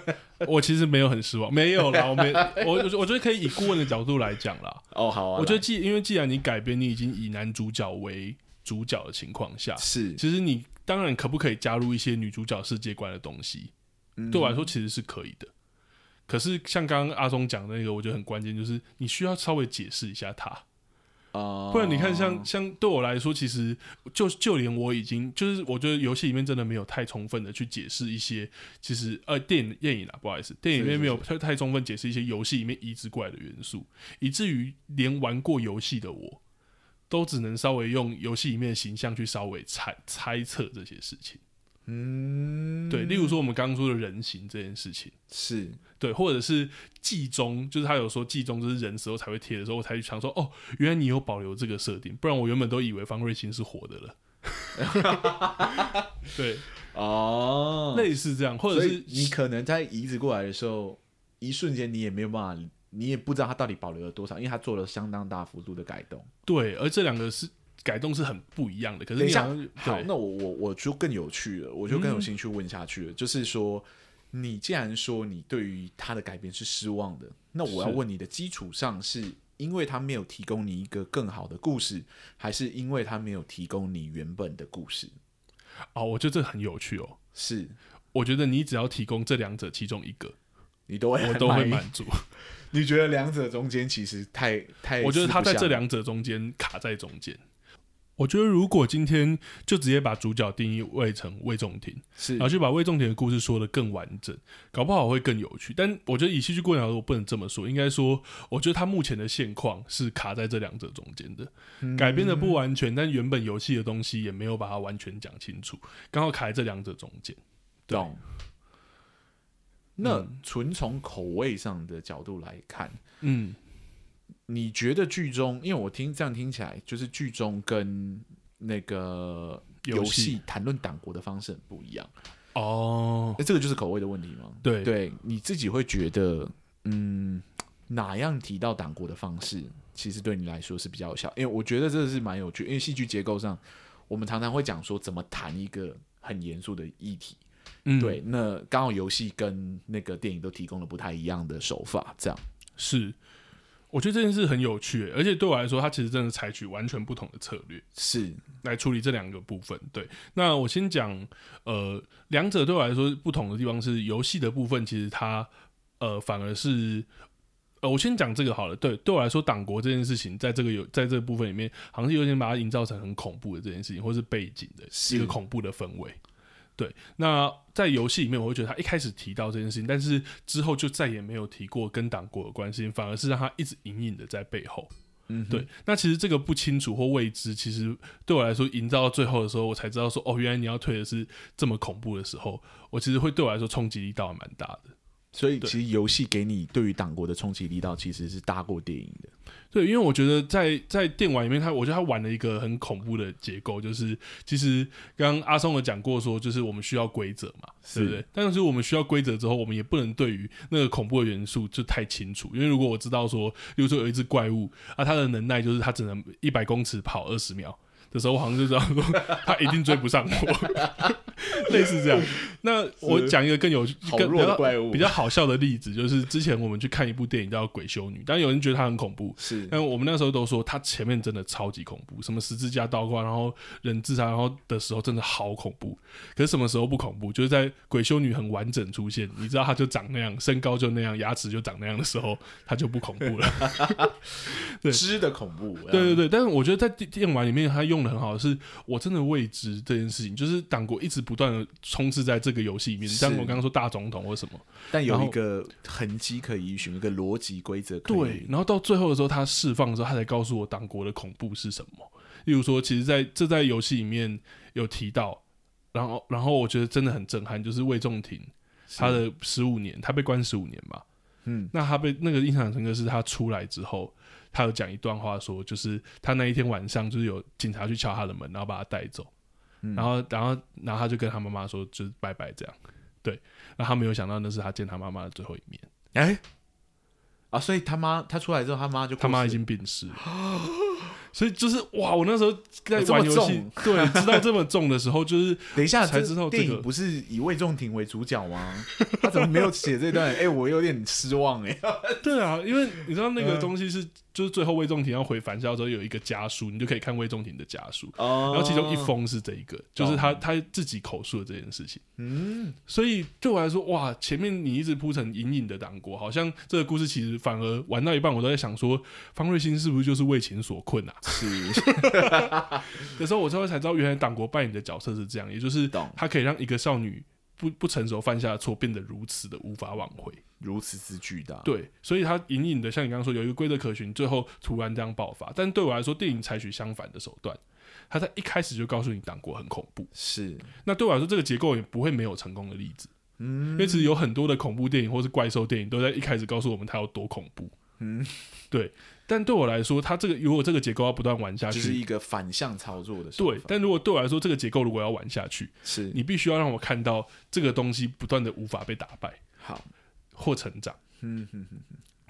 B: 我其实没有很失望，没有啦，我没， [laughs] 我我我觉得可以以顾问的角度来讲啦。
A: 哦，好啊，
B: 我觉得
A: 来
B: 既因为既然你改编，你已经以男主角为主角的情况下，
A: 是
B: 其实你当然可不可以加入一些女主角世界观的东西？对我来说其实是可以的。可是像刚刚阿松讲的那个，我觉得很关键，就是你需要稍微解释一下它，
A: 啊，
B: 不然你看像像对我来说，其实就就连我已经就是我觉得游戏里面真的没有太充分的去解释一些，其实呃电影电影啊，不好意思，电影里面没有太太充分解释一些游戏里面移植过来的元素，以至于连玩过游戏的我。都只能稍微用游戏里面的形象去稍微猜猜测这些事情，
A: 嗯，
B: 对，例如说我们刚刚说的人形这件事情，
A: 是
B: 对，或者是季中，就是他有说季中就是人死后才会贴的时候，我才去想说，哦，原来你有保留这个设定，不然我原本都以为方瑞欣是活的了。
A: [laughs]
B: [laughs] 对，
A: 哦，
B: 类似这样，或者
A: 所
B: 是
A: 以你可能在移植过来的时候，一瞬间你也没有办法，你也不知道它到底保留了多少，因为它做了相当大幅度的改动。
B: 对，而这两个是改动是很不一样的。可是
A: 等一
B: 你
A: 下
B: 好像，
A: 好，
B: 对嗯
A: 那我我我就更有趣了，我就更有兴趣问下去了。就是说，你既然说你对于它的改变是失望的，那我要
B: 是
A: 问你的基础上是。因为它没有提供你一个更好的故事，还是因为它没有提供你原本的故事？
B: 哦，我觉得这很有趣哦。
A: 是
B: 我觉得你只要提供这两者其中一个，
A: 你都会
B: 我
A: 很 [laughs]
B: 都会
A: 满意
B: 满足。
A: 你觉得两者中间其实太太，
B: 我觉得他在这，两者中间卡在中间。我觉得如果今天就直接把主角定义为成魏仲廷，
A: 是
B: 然后去把魏仲廷的故事说的更完整，搞不好会更有趣。但我觉得以戏剧过程来说，我不能这么说，应该说，我觉得他目前的现况是卡在这两者中间的， [laughs] 改编的不完全，但原本游戏的东西也没有把它完全讲清楚，刚好卡在这两者中间。对
A: 懂。那纯从口味上的角度来看，
B: 嗯，
A: 你觉得剧中，因为我听这样听起来，就是剧中跟那个游
B: 游
A: 戏谈论党国的方式很不一样，
B: 哦，
A: 那这个就是口味的问题吗？
B: 对
A: 对，你自己会觉得，嗯，哪样提到党国的方式，其实对你来说是比较有效。因为我觉得这是蛮有趣，因为戏剧结构上，我们常常会讲说怎么谈一个很严肃的议题。
B: 嗯，
A: 对，那刚好游戏跟那个电影都提供了不太一样的手法，这样。
B: 是，我觉得这件事很有趣欸，而且对我来说，它其实真的采取完全不同的策略
A: 是，
B: 来处理这两个部分。对，那我先讲，呃，两者对我来说不同的地方是，游戏的部分其实它，呃，反而是。呃，我先讲这个好了。对，对我来说，党国这件事情，在这个有在这个部分里面，好像是有点把它营造成很恐怖的这件事情，或是背景的
A: 是
B: 一个恐怖的氛围。对，那在游戏里面，我会觉得他一开始提到这件事情，但是之后就再也没有提过跟党国有关系，反而是让他一直隐隐的在背后。
A: 嗯，
B: 对，，那其实这个不清楚或未知，其实对我来说，营造到最后的时候，我才知道说，哦，原来你要推的是这么恐怖的时候，我其实会对我来说冲击力道还蛮大的。
A: 所以其实游戏给你对于党国的冲击力道其实是大过电影的。
B: 对，因为我觉得在在电玩里面，他我觉得他玩了一个很恐怖的结构，就是其实刚刚阿松有讲过说，就是我们需要规则嘛，对不对？但是我们需要规则之后，我们也不能对于那个恐怖的元素就太清楚，因为如果我知道说，比如说有一只怪物啊，它的能耐就是它只能一百公尺跑二十秒。的时候，我好像就知道说它一定追不上我， [laughs] 类似这样。那我讲一个更有
A: 好
B: 更
A: 弱的
B: 比较
A: 怪物
B: 比较好笑的例子，就是之前我们去看一部电影叫《鬼修女》，但有人觉得它很恐怖，
A: 是，
B: 但我们那时候都说，他前面真的超级恐怖，什么十字架倒挂，然后人自杀，然后的时候真的好恐怖。可是什么时候不恐怖？就是在鬼修女很完整出现，你知道她就长那样，身高就那样，牙齿就长那样的时候，她就不恐怖了。对
A: 知的恐怖。嗯
B: 对对对，但是我觉得在电电玩里面，他用的很好的是，我真的未知这件事情，就是党国一直不断的充斥在这个游戏里面。
A: 是
B: 像我刚刚说大总统或什么，
A: 但有
B: 然
A: 一
B: 后
A: 个痕迹可以依循，一个逻辑规则可
B: 对
A: 以，。
B: 然后到最后的时候，他释放的时候，他才告诉我党国的恐怖是什么。例如说，其实在这在游戏里面有提到，然后然后我觉得真的很震撼，就是魏仲廷
A: 是
B: 他的十五年，他被关十五年嘛。
A: 嗯，
B: 那他被那个印象很深刻是他出来之后，他有讲一段话说，就是他那一天晚上就是有警察去敲他的门，然后把他带走，
A: 嗯
B: 然后然后然后他就跟他妈妈说就是拜拜这样，对，然后他没有想到那是他见他妈妈的最后一面，
A: 哎啊，所以他妈他出来之后，他妈就
B: 他妈
A: 过
B: 已
A: 世
B: 经病逝了。 [laughs] 所以就是哇，我那时候
A: 有
B: 在
A: 哦这么
B: 玩游戏
A: 重，
B: 对，知道这么重的时候，就是
A: [laughs] 等一下
B: 才
A: 这
B: 知道这
A: 电
B: 个
A: 影不是以魏仲廷为主角吗？他怎么没有写这 [laughs] 段？哎，我有点失望哎。
B: 对啊，因为你知道那个东西是，就是最后魏仲廷要回返校之后有一个家书，你就可以看魏仲廷的家书，
A: 哦
B: [laughs] 然后其中一，封是这一个，就是他他自己口述的这件事情。
A: 嗯，
B: 所以对我来说，哇，前面你一直铺成隐隐的党国，好像这个故事其实反而玩到一半，我都在想说，方瑞欣是不是就是为情所困啊？
A: [laughs] 是
B: 的时候，我稍微才知道，原来党国扮演的角色是这样，也就是
A: 懂
B: 他可以让一个少女不不成熟犯下的错变得如此的无法挽回。
A: 如此之巨大。
B: 对，所以他隐隐的像你刚刚说有一个规则可循，最后突然这样爆发。但对我来说，电影采取相反的手段，他在一开始就告诉你党国很恐怖。
A: 是，
B: 那对我来说，这个结构也不会没有成功的例子，因
A: 嗯，
B: 为其实有很多的恐怖电影或是怪兽电影都在一开始告诉我们它有多恐怖。
A: 嗯，
B: [laughs] 对。但对我来说，它这个如果这个结构要不断玩下
A: 就是
B: 去，
A: 一个反向操作的手
B: 对。
A: 法。
B: 但如果对我来说，这个结构如果要玩下去，
A: 是
B: 你必须要让我看到这个东西不断的无法被打败
A: 好，
B: 或成长。
A: 嗯哼哼，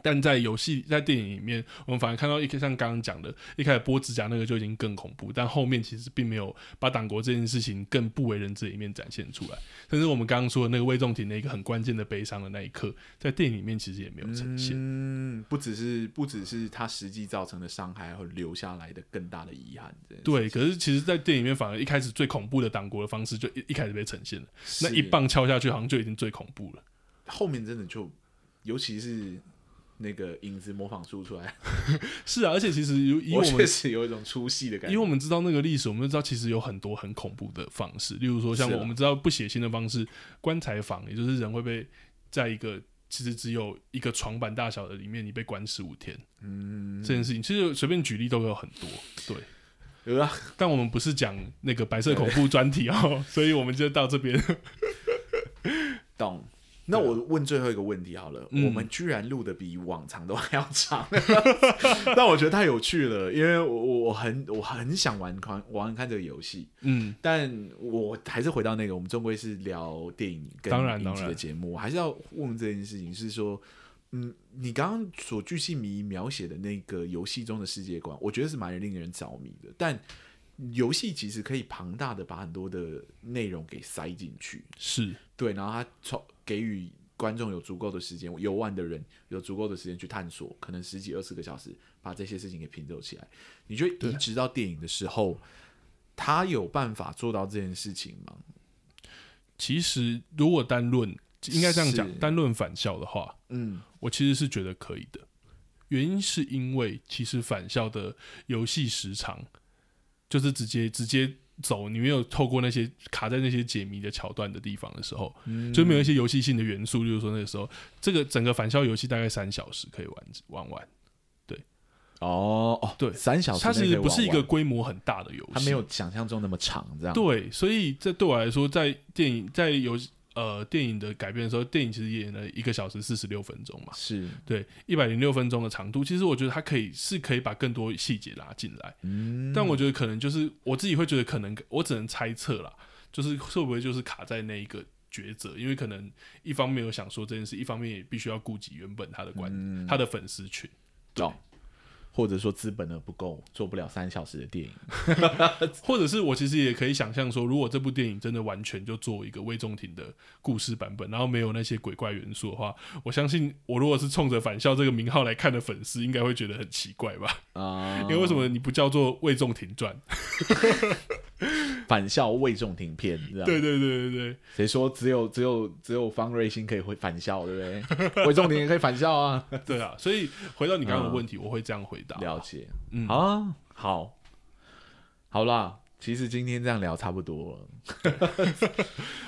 B: 但在游戏、在电影里面，我们反而看到一个像刚刚讲的，一开始剥指甲那个就已经更恐怖，但后面其实并没有把党国这件事情更不为人知的一面展现出来。甚至我们刚刚说的那个魏仲廷那个很关键的悲伤的那一刻，在电影里面其实也没有呈现。
A: 嗯，不只是不只是他实际造成的伤害，和留下来的更大的遗憾。这件事，
B: 对，可是其实，在电影里面反而一开始最恐怖的党国的方式就一一开始被呈现了，那
A: 是
B: 一棒敲下去好像就已经最恐怖了。
A: 后面真的就，尤其是那个影子模仿术出来，
B: 是啊，而且其实以以
A: [laughs] 我
B: 我
A: 确
B: 们
A: 实有一种出戏的感
B: 因为
A: 觉。
B: 我们知道那个历史，我们就知道其实有很多很恐怖的方式，例如说像
A: 是啊
B: 我们知道不血腥的方式，棺材房，也就是人会被在一个其实只有一个床板大小的里面，你被关十五天，嗯，这件事情其实随便举例都有很多，对。
A: 有啊，
B: 但我们不是讲那个白色恐怖专
A: [laughs]
B: 题哦，所以我们就到这边。
A: 懂。那我问最后一个问题好了，
B: 啊嗯
A: 我们居然录的比往常都还要长， [laughs] 但我觉得太有趣了，因为我我我很我很想玩看玩看这个游戏，
B: 嗯，
A: 但我还是回到那个，我们终归是聊电影跟
B: 当然
A: 影集
B: 当
A: 的
B: 然
A: 节目，我还是要问这件事情，是说嗯，你刚刚所巨细迷描写的那个游戏中的世界观，我觉得是蛮令人着迷的。但游戏其实可以庞大的把很多的内容给塞进去，
B: 嗯是
A: 对，然后它从给予观众有足够的时间，游玩的人有足够的时间去探索，可能十几二十个小时把这些事情给拼凑起来。你觉得移
B: 啊
A: 植到电影的时候，他有办法做到这件事情吗？
B: 其实如果单论应该这样讲
A: 是，
B: 单论返校的话，
A: 嗯，
B: 我其实是觉得可以的。原因是因为其实返校的游戏时长就是直接直接走，你没有透过那些卡在那些解谜的桥段的地方的时候，
A: 嗯
B: 就没有一些游戏性的元素。就是说那个时候，这个整个返校游戏大概三小时可以玩玩完。
A: 哦哦，
B: 对
A: 三小时
B: 它
A: 内可
B: 其
A: 以
B: 实不是一
A: 玩
B: 个
A: 完，
B: 规模很大的游戏，
A: 它没有想象中那么长，这样
B: 对，所以这对我来说，在电影在游戏呃电影的改编的时候，电影其实演了一个小时四十六分钟嘛，
A: 是，
B: 对，一百零六分钟的长度，其实我觉得它可以是可以把更多细节拉进来，
A: 嗯，
B: 但我觉得可能就是我自己会觉得可能我只能猜测啦，就是会不会就是卡在那一个。抉择，因为可能一方面有想说这件事，一方面也必须要顾及原本他的观、他的粉丝群。
A: 哦，或者说资本呢不够，做不了三小时的电影。
B: 或者是我其实也可以想象说，如果这部电影真的完全就做一个魏仲廷的故事版本，然后没有那些鬼怪元素的话，我相信我如果是冲着返校这个名号来看的粉丝，应该会觉得很奇怪吧？
A: 啊、 [laughs]
B: 因为为什么你不叫做魏仲廷传？
A: 返校未中停片，这样
B: 对对对对对，
A: 谁说只有只有只有方瑞欣可以回返校，对不 [laughs] 对？魏仲廷也可以返校啊。
B: 对啊！所以回到你刚刚的问题，我会这样回答。
A: [laughs] 嗯了解，
B: 嗯
A: 好啊，好，好啦。其实今天这样聊差不多了，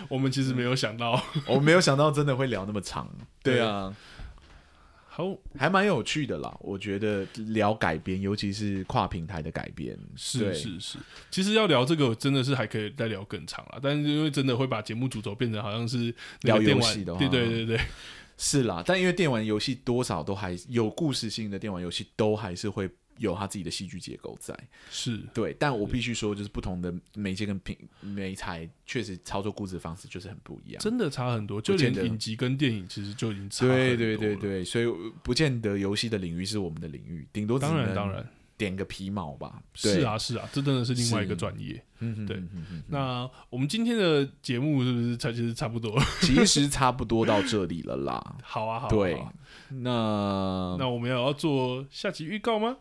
B: 我们其实没有想到，
A: 我没有想到真的会聊那么长。 [laughs] 对啊，
B: 好
A: 还蛮有趣的啦。我觉得聊改编，尤其是跨平台的改编，
B: 是
A: 对
B: 是是，其实要聊这个真的是还可以再聊更长了，但是因为真的会把节目主轴变成好像是那
A: 聊
B: 个电
A: 游
B: 玩
A: 戏的话嗯
B: 对对对对，
A: 是啦，但因为电玩游戏多少都还有故事性的电玩游戏，都还是会有它自己的戏剧结构在。
B: 是
A: 对，但
B: 嗯
A: 我必须说，就是不同的媒介跟平媒材，确实操作故事的方式就是很不一样。
B: 真的差很多，就
A: 不见
B: 连
A: 得
B: 影集跟电影其实就已经差很多
A: 对
B: 了
A: 对对，对，所以不见得游戏的领域是我们的领域，顶多只
B: 当然
A: 能
B: 当然
A: 点个皮毛吧。对
B: 是，啊是啊，这真的是另外一个专业。
A: 嗯哼
B: 对
A: 嗯哼嗯哼
B: 那我们今天的节目是不是差其实差不多？。
A: 其实差不多到这里了啦
B: [laughs] 好 [laughs] 啊好啊
A: 对
B: 好啊，
A: 那
B: 那我们要要做下集预告吗？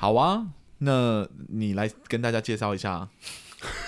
A: 好啊，那你来跟大家介绍一下，
B: [laughs]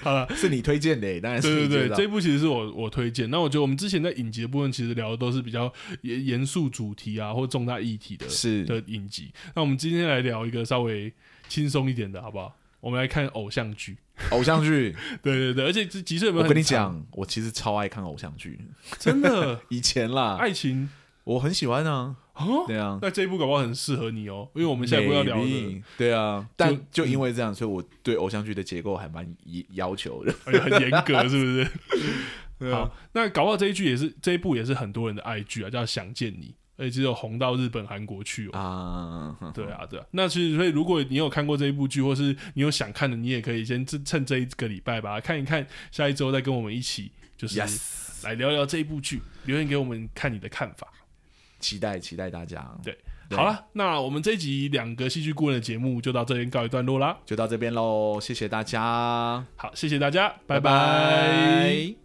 B: 好了。
A: 是你推荐的耶，欸当然哎是
B: 对
A: 你
B: 对
A: 介
B: 对，
A: 绍
B: 这一部其实是我我推荐。那我觉得我们之前在影集的部分，其实聊的都是比较严严肃主题啊，或重大议题的
A: 是
B: 的影集。那我们今天来聊一个稍微轻松一点的，好不好？我们来看偶像剧。 [laughs]
A: 偶像剧。
B: 对对对，而且这集数有没有
A: 我跟你
B: 很长，
A: 讲，我其实超爱看偶像剧，
B: 真的
A: [laughs] 以前啦，
B: 爱情
A: 我很喜欢啊。
B: 哦，
A: 对啊，
B: 那这一部搞不好很适合你哦，因为我们下一步要聊的，
A: Maybe，对啊，但就因为这样，所以我对偶像剧的结构还蛮要要求的。
B: 哎呀很严格，是不是？
A: [laughs] 对啊
B: 好，那搞不好这一剧也是这一部也是很多人的爱剧啊，叫《想见你》，而且只有红到日本、韩国去
A: [laughs]
B: 哦。
A: 啊，
B: 对啊，对啊，那其实所以如果你有看过这一部剧，或是你有想看的，你也可以先趁趁这一个礼拜吧看一看，下一周再跟我们一起就是
A: ，yes，
B: 来聊聊这一部剧，留言给我们看你的看法。
A: 期待期待大家，
B: 对，
A: 对
B: 好了，那我们这一集两个戏剧顾问的节目就到这边告一段落啦。
A: 就到这边喽，谢谢大家，
B: 好，谢谢大家，拜拜
A: 拜